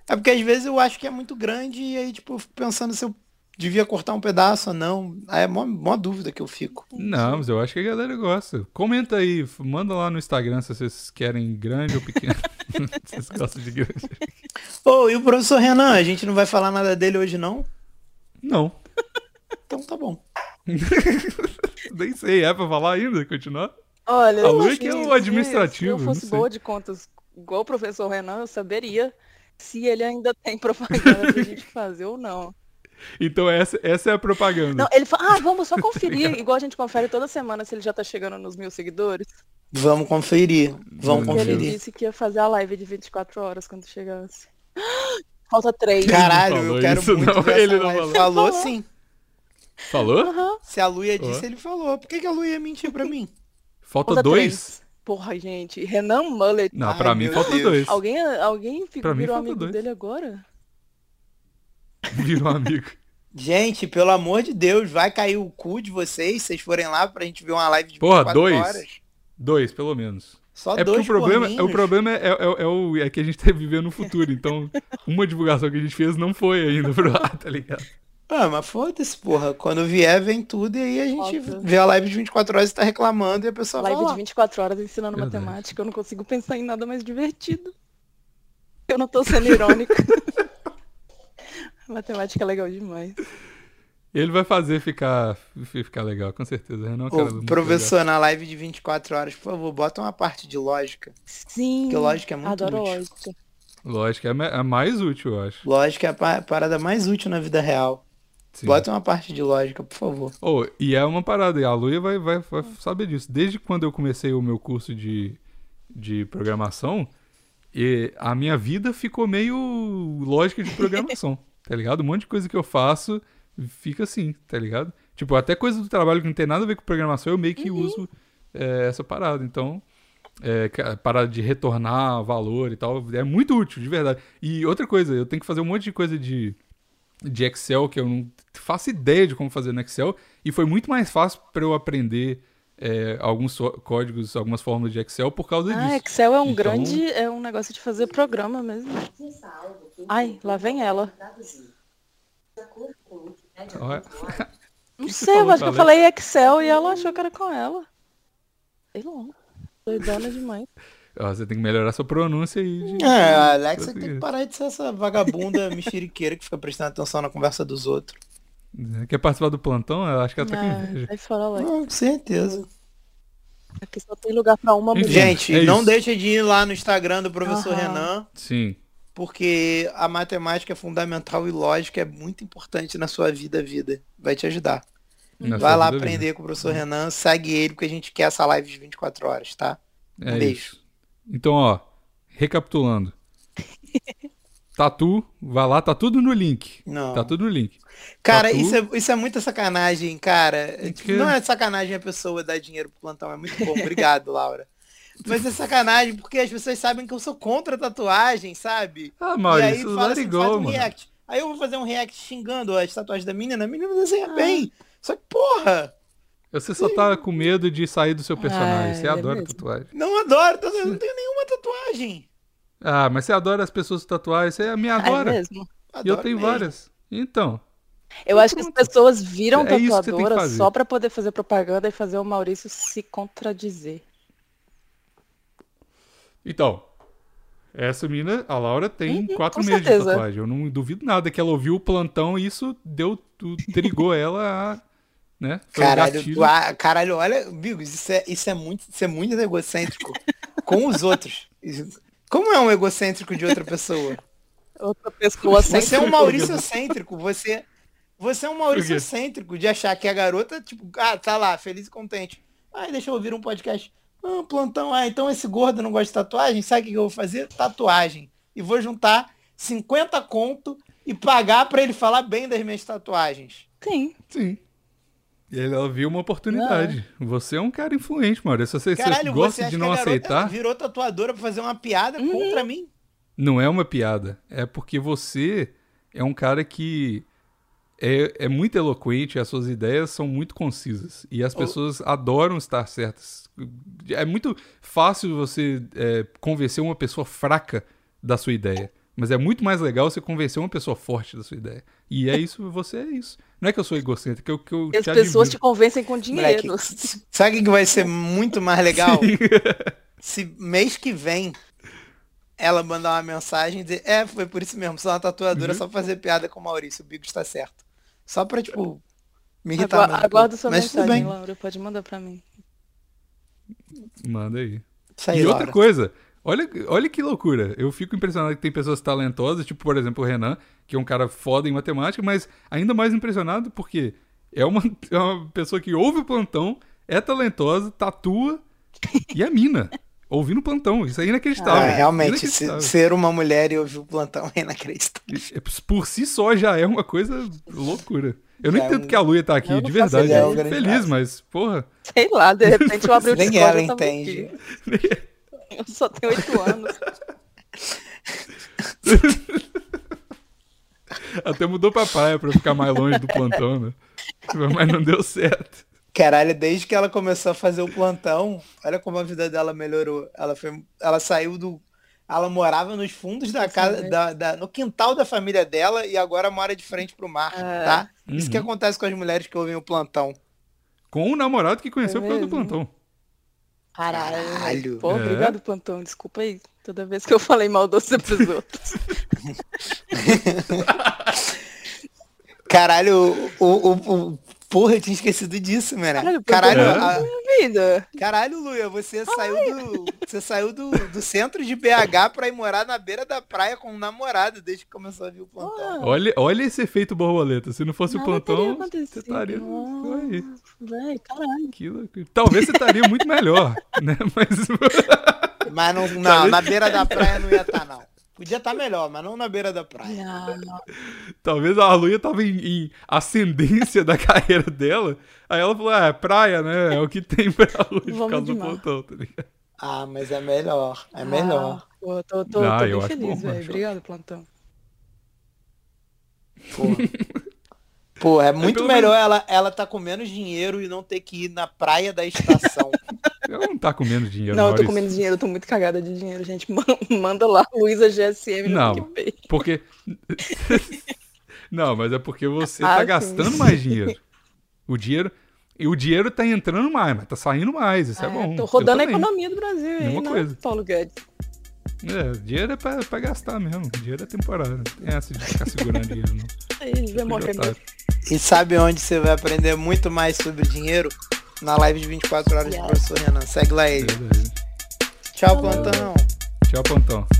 Speaker 2: É porque às vezes eu acho que é muito grande e aí, tipo, eu fico pensando se eu devia cortar um pedaço ou não. Aí é mó, mó dúvida que eu fico.
Speaker 1: Não, mas eu acho que a galera gosta. Comenta aí, f- manda lá no Instagram se vocês querem grande ou pequeno. *laughs* vocês gostam de grande.
Speaker 2: Ô, e o professor Renan, a gente não vai falar nada dele hoje, não?
Speaker 1: Não.
Speaker 2: Então tá bom.
Speaker 1: Nem sei, é pra falar ainda? Continuar?
Speaker 3: Olha,
Speaker 1: A
Speaker 3: eu
Speaker 1: Lu
Speaker 3: acho
Speaker 1: é que é
Speaker 3: se-
Speaker 1: o
Speaker 3: se-
Speaker 1: administrativo,
Speaker 3: Se
Speaker 1: não
Speaker 3: eu fosse
Speaker 1: sei.
Speaker 3: boa de contas, igual o professor Renan, eu saberia se ele ainda tem *laughs* propaganda pra gente fazer ou não.
Speaker 1: Então essa, essa é a propaganda.
Speaker 3: Não, ele fala, ah, vamos só *laughs* conferir, igual a gente confere toda semana se ele já tá chegando nos mil seguidores.
Speaker 2: Vamos conferir. Vamos
Speaker 1: Meu
Speaker 3: Ele
Speaker 2: conferir.
Speaker 3: disse que ia fazer a live de 24 horas quando chegasse. *gasps* Falta três.
Speaker 2: Caralho, eu
Speaker 1: falou
Speaker 2: quero
Speaker 1: isso,
Speaker 2: muito
Speaker 1: não.
Speaker 2: ver essa
Speaker 1: Ele não
Speaker 2: live.
Speaker 1: falou.
Speaker 2: Falou *laughs* sim.
Speaker 1: Falou?
Speaker 3: Aham.
Speaker 2: Se a Luia
Speaker 1: Ó.
Speaker 2: disse, ele falou. Por que, que a Luia mentiu pra mim?
Speaker 1: Falta
Speaker 3: Falta
Speaker 1: dois?
Speaker 3: três. Porra, gente. Renan Mullet.
Speaker 1: Não,
Speaker 2: Ai,
Speaker 1: pra mim
Speaker 2: meu
Speaker 1: falta
Speaker 2: Deus.
Speaker 1: dois. *laughs*
Speaker 3: Alguém, alguém fi-
Speaker 1: Pra mim,
Speaker 3: virou
Speaker 1: falta
Speaker 3: amigo
Speaker 1: dois.
Speaker 3: dele agora?
Speaker 1: Virou amigo.
Speaker 2: Gente, pelo amor de Deus, vai cair o cu de vocês se vocês forem lá pra gente ver uma live de
Speaker 1: Porra,
Speaker 2: 24
Speaker 1: dois?
Speaker 2: horas.
Speaker 1: Dois, pelo menos.
Speaker 2: Só
Speaker 1: É porque
Speaker 2: dois
Speaker 1: o problema, é,
Speaker 2: porninhos.
Speaker 1: o problema é, é- é o, é que a gente tá vivendo no futuro, então uma divulgação que a gente fez não foi ainda pro ar, tá ligado?
Speaker 2: Ah, mas foda-se, porra. Quando vier, vem tudo e aí a gente
Speaker 3: Foda.
Speaker 2: vê a live de 24 horas e tá reclamando e a pessoa
Speaker 3: Live
Speaker 2: vai
Speaker 3: de
Speaker 2: lá.
Speaker 3: 24 horas ensinando
Speaker 1: Verdade.
Speaker 3: matemática. Eu não consigo pensar em nada mais divertido. Eu não tô sendo irônica. *laughs* matemática é legal demais.
Speaker 1: Ele vai fazer ficar, ficar legal, com certeza. Renan, é um cara
Speaker 2: Ô,
Speaker 1: muito
Speaker 2: professor, na live de 24 horas, por favor, bota uma parte de lógica.
Speaker 3: Sim.
Speaker 2: Porque lógica é muito
Speaker 3: Adoro
Speaker 2: útil.
Speaker 3: lógica.
Speaker 1: legal. Lógico, é a ma- a mais útil, eu acho.
Speaker 2: Lógica é a pa- parada mais útil na vida real.
Speaker 1: Sim.
Speaker 2: Bota uma parte de lógica, por favor.
Speaker 1: Oh, e é uma parada, e a Luia vai, vai, vai saber disso. Desde quando eu comecei o meu curso de, de programação, e a minha vida ficou meio lógica de programação, tá ligado? Um monte de coisa que eu faço fica assim, tá ligado? Tipo, até coisa do trabalho que não tem nada a ver com programação, eu meio que uso é, essa parada. Então, é, ca- parada de retornar valor e tal, é muito útil, de verdade. E outra coisa, eu tenho que fazer um monte de coisa de de Excel que eu não faço ideia de como fazer no Excel e foi muito mais fácil para eu aprender é, alguns so- códigos, algumas fórmulas de Excel por causa
Speaker 3: Ah,
Speaker 1: disso.
Speaker 3: Excel é um
Speaker 1: Então-
Speaker 3: grande. É um negócio de fazer programa mesmo. Ai, lá vem ela.
Speaker 1: Olha.
Speaker 3: Não
Speaker 1: que você
Speaker 3: sei, eu
Speaker 1: falou
Speaker 3: acho que eu
Speaker 1: com a
Speaker 3: falei Excel e ela achou que era com ela. Sei lá. Doidona demais.
Speaker 1: Ó, Você tem que melhorar sua pronúncia aí. de- *laughs*
Speaker 2: É, a Alexa tem que
Speaker 1: Português.
Speaker 2: parar de ser essa
Speaker 1: *laughs*
Speaker 2: vagabunda mexeriqueira que fica prestando atenção na conversa dos outros.
Speaker 1: Quer participar do plantão? Eu acho que ela tá com inveja.
Speaker 3: Ah, aí fora lá.
Speaker 2: Não, com certeza.
Speaker 3: Aqui só tem lugar pra uma
Speaker 1: Enfim.
Speaker 3: mulher.
Speaker 2: Gente,
Speaker 1: é
Speaker 2: não
Speaker 1: isso.
Speaker 2: deixa de ir lá no Instagram do professor
Speaker 3: Aham.
Speaker 2: Renan,
Speaker 1: Sim.
Speaker 2: porque a matemática é fundamental e lógica é muito importante na sua vida, vida. Vai te ajudar.
Speaker 1: na
Speaker 2: Vai
Speaker 1: sua
Speaker 2: lá
Speaker 1: vida mesmo.
Speaker 2: aprender com o professor Renan, segue ele, porque a gente quer essa live de 24 horas, tá?
Speaker 1: É
Speaker 2: Um beijo.
Speaker 1: isso. Então, ó,
Speaker 3: *laughs*
Speaker 1: recapitulando. Tatu, vai lá, tá tudo no link.
Speaker 2: Não.
Speaker 1: Tá tudo no link.
Speaker 2: Cara,
Speaker 1: Tatu.
Speaker 2: isso é, isso é muita sacanagem, cara.
Speaker 1: Por
Speaker 2: Tipo,
Speaker 1: quê?
Speaker 2: não é sacanagem a pessoa dar dinheiro pro plantão, é muito
Speaker 1: *laughs*
Speaker 2: bom. Obrigado, Laura. Mas é sacanagem porque as pessoas sabem que eu sou contra tatuagem, sabe?
Speaker 1: Ah,
Speaker 2: e aí
Speaker 1: Maurício,
Speaker 2: fala assim, faz
Speaker 1: larigol,
Speaker 2: um
Speaker 1: mano.
Speaker 2: react. Aí eu vou fazer um react xingando as tatuagens da menina, a menina desenha
Speaker 1: Ah.
Speaker 2: bem. Só que, porra,
Speaker 1: Você só tá com medo de sair do seu personagem.
Speaker 3: Ah,
Speaker 1: Você
Speaker 3: é
Speaker 1: adora
Speaker 3: mesmo.
Speaker 1: tatuagem.
Speaker 2: não adoro, tatu- eu não tenho nenhuma tatuagem.
Speaker 1: Ah, mas você adora as pessoas tatuadas, você me
Speaker 3: É
Speaker 1: adora.
Speaker 3: mesmo.
Speaker 1: e eu
Speaker 2: Adoro
Speaker 1: tenho
Speaker 2: mesmo.
Speaker 1: várias. Então,
Speaker 3: Eu acho que as pessoas viram
Speaker 1: É isso que você tem que
Speaker 3: tatuadora
Speaker 1: fazer.
Speaker 3: só pra poder fazer propaganda e fazer o Maurício se contradizer.
Speaker 1: então. Essa mina, a Laura, tem
Speaker 3: Uhum,
Speaker 1: quatro
Speaker 3: com
Speaker 1: meses de
Speaker 3: certeza.
Speaker 1: tatuagem. Eu não duvido nada que ela ouviu o plantão e isso deu, tu- trigou ela a. Né? Foi o
Speaker 2: Caralho,
Speaker 1: gatilho.
Speaker 2: tu- ah, caralho, olha, Bigos, isso é, isso é muito, isso é muito egocêntrico com
Speaker 1: *laughs*
Speaker 2: os outros. Isso- Como é um egocêntrico de outra pessoa?
Speaker 3: Outra pessoa sem
Speaker 2: Você é um Maurício cêntrico, você você é um Maurício
Speaker 1: quê?
Speaker 2: cêntrico de achar que a garota, tipo, ah, tá lá, feliz e contente. Ai, deixa eu ouvir um podcast. Ah, plantão, ah, então esse gordo não gosta de tatuagem, sabe o que eu vou fazer? Tatuagem. E vou juntar 50 conto e pagar pra ele falar bem das minhas tatuagens.
Speaker 3: Sim.
Speaker 1: Sim. E aí ela viu uma oportunidade. Você é um cara influente, Maurício. Se você, você
Speaker 2: Caralho, você
Speaker 1: gosta
Speaker 2: acha
Speaker 1: de
Speaker 2: que a
Speaker 1: não
Speaker 2: garota
Speaker 1: aceitar,
Speaker 2: virou tatuadora pra fazer uma piada contra mim?
Speaker 1: não é uma piada. É porque você é um cara que é, é muito eloquente, as suas ideias são muito concisas. E as
Speaker 2: Ô.
Speaker 1: pessoas adoram estar certas. É muito fácil você é, convencer uma pessoa fraca da sua ideia. Mas é muito mais legal você convencer uma pessoa forte da sua ideia. E é isso, você é isso. Não é que eu sou egocêntrico, é que eu
Speaker 3: E as
Speaker 1: te
Speaker 3: pessoas
Speaker 1: admiro.
Speaker 3: te convencem com dinheiro.
Speaker 2: Moleque, s- sabe o que que vai ser muito mais legal? Se mês que vem ela mandar uma mensagem e dizer, é, foi por isso mesmo, sou uma tatuadora,
Speaker 1: Uhum.
Speaker 2: só pra fazer piada com o Maurício, o Bigo está certo. Só pra, tipo, me irritar.
Speaker 3: Agua-
Speaker 2: mais um
Speaker 3: Aguardo
Speaker 2: pouco.
Speaker 3: sua
Speaker 2: Mas tudo
Speaker 3: mensagem,
Speaker 2: bem.
Speaker 3: Laura. Pode mandar pra mim.
Speaker 1: Manda aí.
Speaker 2: Isso aí,
Speaker 1: e outra
Speaker 2: Laura.
Speaker 1: coisa, olha, olha que loucura. Eu fico impressionado que tem pessoas talentosas, tipo, por exemplo, o Renan, que é um cara foda em matemática, mas ainda mais impressionado porque é uma, *laughs* é uma pessoa que ouve o plantão, é talentosa, tatua e é mina. Ouvindo o plantão. Isso é inacreditável.
Speaker 2: Ah, realmente, se-
Speaker 1: Inacreditável.
Speaker 2: ser uma mulher e ouvir o plantão é inacreditável.
Speaker 1: Por si só já é uma coisa loucura. Eu não
Speaker 2: Já é
Speaker 1: entendo
Speaker 2: um-
Speaker 1: que a Luia tá aqui,
Speaker 3: Eu não
Speaker 1: de
Speaker 3: faço
Speaker 1: verdade.
Speaker 2: ideia,
Speaker 1: Eu
Speaker 2: é um
Speaker 1: fico
Speaker 2: grande
Speaker 1: feliz,
Speaker 2: caso.
Speaker 1: mas, porra.
Speaker 3: Sei lá, *laughs* de repente eu abri o
Speaker 2: Nem
Speaker 3: Discord
Speaker 2: ela
Speaker 3: eu tava
Speaker 2: entende.
Speaker 3: aqui. *laughs* Eu só tenho oito anos.
Speaker 1: Até mudou pra praia pra ficar mais longe do plantão, né? Mas não deu certo.
Speaker 2: Caralho, desde que ela começou a fazer o plantão, olha como a vida dela melhorou. Ela, foi, ela saiu do. Ela morava nos fundos da casa, da, da- no quintal da família dela e agora mora de frente pro mar,
Speaker 3: É.
Speaker 2: tá? Isso que
Speaker 1: Uhum.
Speaker 2: acontece com as mulheres que ouvem o plantão.
Speaker 1: Com o namorado que conheceu
Speaker 3: É
Speaker 1: por causa do
Speaker 3: mesmo?
Speaker 1: plantão.
Speaker 2: Caralho.
Speaker 3: Pô,
Speaker 1: É.
Speaker 3: obrigado, Plantão. Desculpa aí. Toda vez que eu falei mal doce *laughs* pros outros.
Speaker 2: Caralho, o, o, o- porra, eu tinha esquecido disso, mano.
Speaker 3: Caralho, é.
Speaker 2: Caralho,
Speaker 1: plantão.
Speaker 2: a-
Speaker 3: Minha vida.
Speaker 2: caralho, Luia, você saiu do. Você saiu do, do centro de BH pra ir morar na beira da praia com um namorado desde que começou a vir o plantão.
Speaker 3: Ah,
Speaker 1: Olha, olha esse efeito borboleta. Se não fosse o
Speaker 3: nada teria
Speaker 1: plantão, você
Speaker 3: acontecido.
Speaker 1: estaria. Aí, é
Speaker 3: Véi, caralho.
Speaker 1: que loucura. Talvez você estaria muito melhor, *laughs* né? Mas *laughs*
Speaker 2: Mas não, não, na beira da praia não ia estar, não. Podia estar melhor, mas não na beira da praia.
Speaker 3: Ah,
Speaker 1: talvez a Luia tava em, em ascendência da *laughs* carreira dela. Aí ela falou: ah, é praia, né? É o que tem pra hoje por
Speaker 3: Vamos
Speaker 1: causa
Speaker 3: de
Speaker 1: do
Speaker 3: mar.
Speaker 1: plantão, tá ligado?
Speaker 2: Ah, mas é melhor. É melhor.
Speaker 3: Ah, Pô, eu tô, tô,
Speaker 1: Ah,
Speaker 3: tô
Speaker 1: eu
Speaker 3: bem
Speaker 1: acho bom,
Speaker 3: feliz,
Speaker 1: eu
Speaker 3: velho.
Speaker 1: acho
Speaker 3: Obrigado, Plantão.
Speaker 2: *laughs* Porra. Porra, é muito
Speaker 1: pelo
Speaker 2: melhor ela, ela tá com menos dinheiro e não ter que ir na praia da estação.
Speaker 1: Ela não tá comendo dinheiro,
Speaker 3: Não, eu tô
Speaker 1: Maurício.
Speaker 3: comendo dinheiro, eu tô muito cagada de dinheiro, gente. *laughs* Man- Manda lá, Luísa GSM
Speaker 1: Não.
Speaker 3: no PicPay.
Speaker 1: Porque. *laughs* Não, mas é porque você
Speaker 3: Ah,
Speaker 1: tá
Speaker 3: sim.
Speaker 1: gastando mais dinheiro. O dinheiro. E o dinheiro tá entrando mais, mas tá saindo mais. Isso é,
Speaker 3: Ah,
Speaker 1: bom.
Speaker 3: Tô rodando a
Speaker 1: Eu também.
Speaker 3: economia do Brasil aí,
Speaker 1: Mesma
Speaker 3: né,
Speaker 1: coisa.
Speaker 3: Paulo Guedes?
Speaker 1: É, dinheiro é pra, pra gastar mesmo. Dinheiro é temporário. Não tem essa de ficar segurando dinheiro, não.
Speaker 3: Aí, vai morrer
Speaker 1: Otário.
Speaker 3: mesmo.
Speaker 2: *laughs* E sabe onde você vai aprender muito mais sobre dinheiro? Na live de 24 horas do
Speaker 3: Yes.
Speaker 2: professor Renan. Segue lá ele.
Speaker 1: Beleza.
Speaker 2: Tchau, plantão.
Speaker 1: é Tchau, plantão.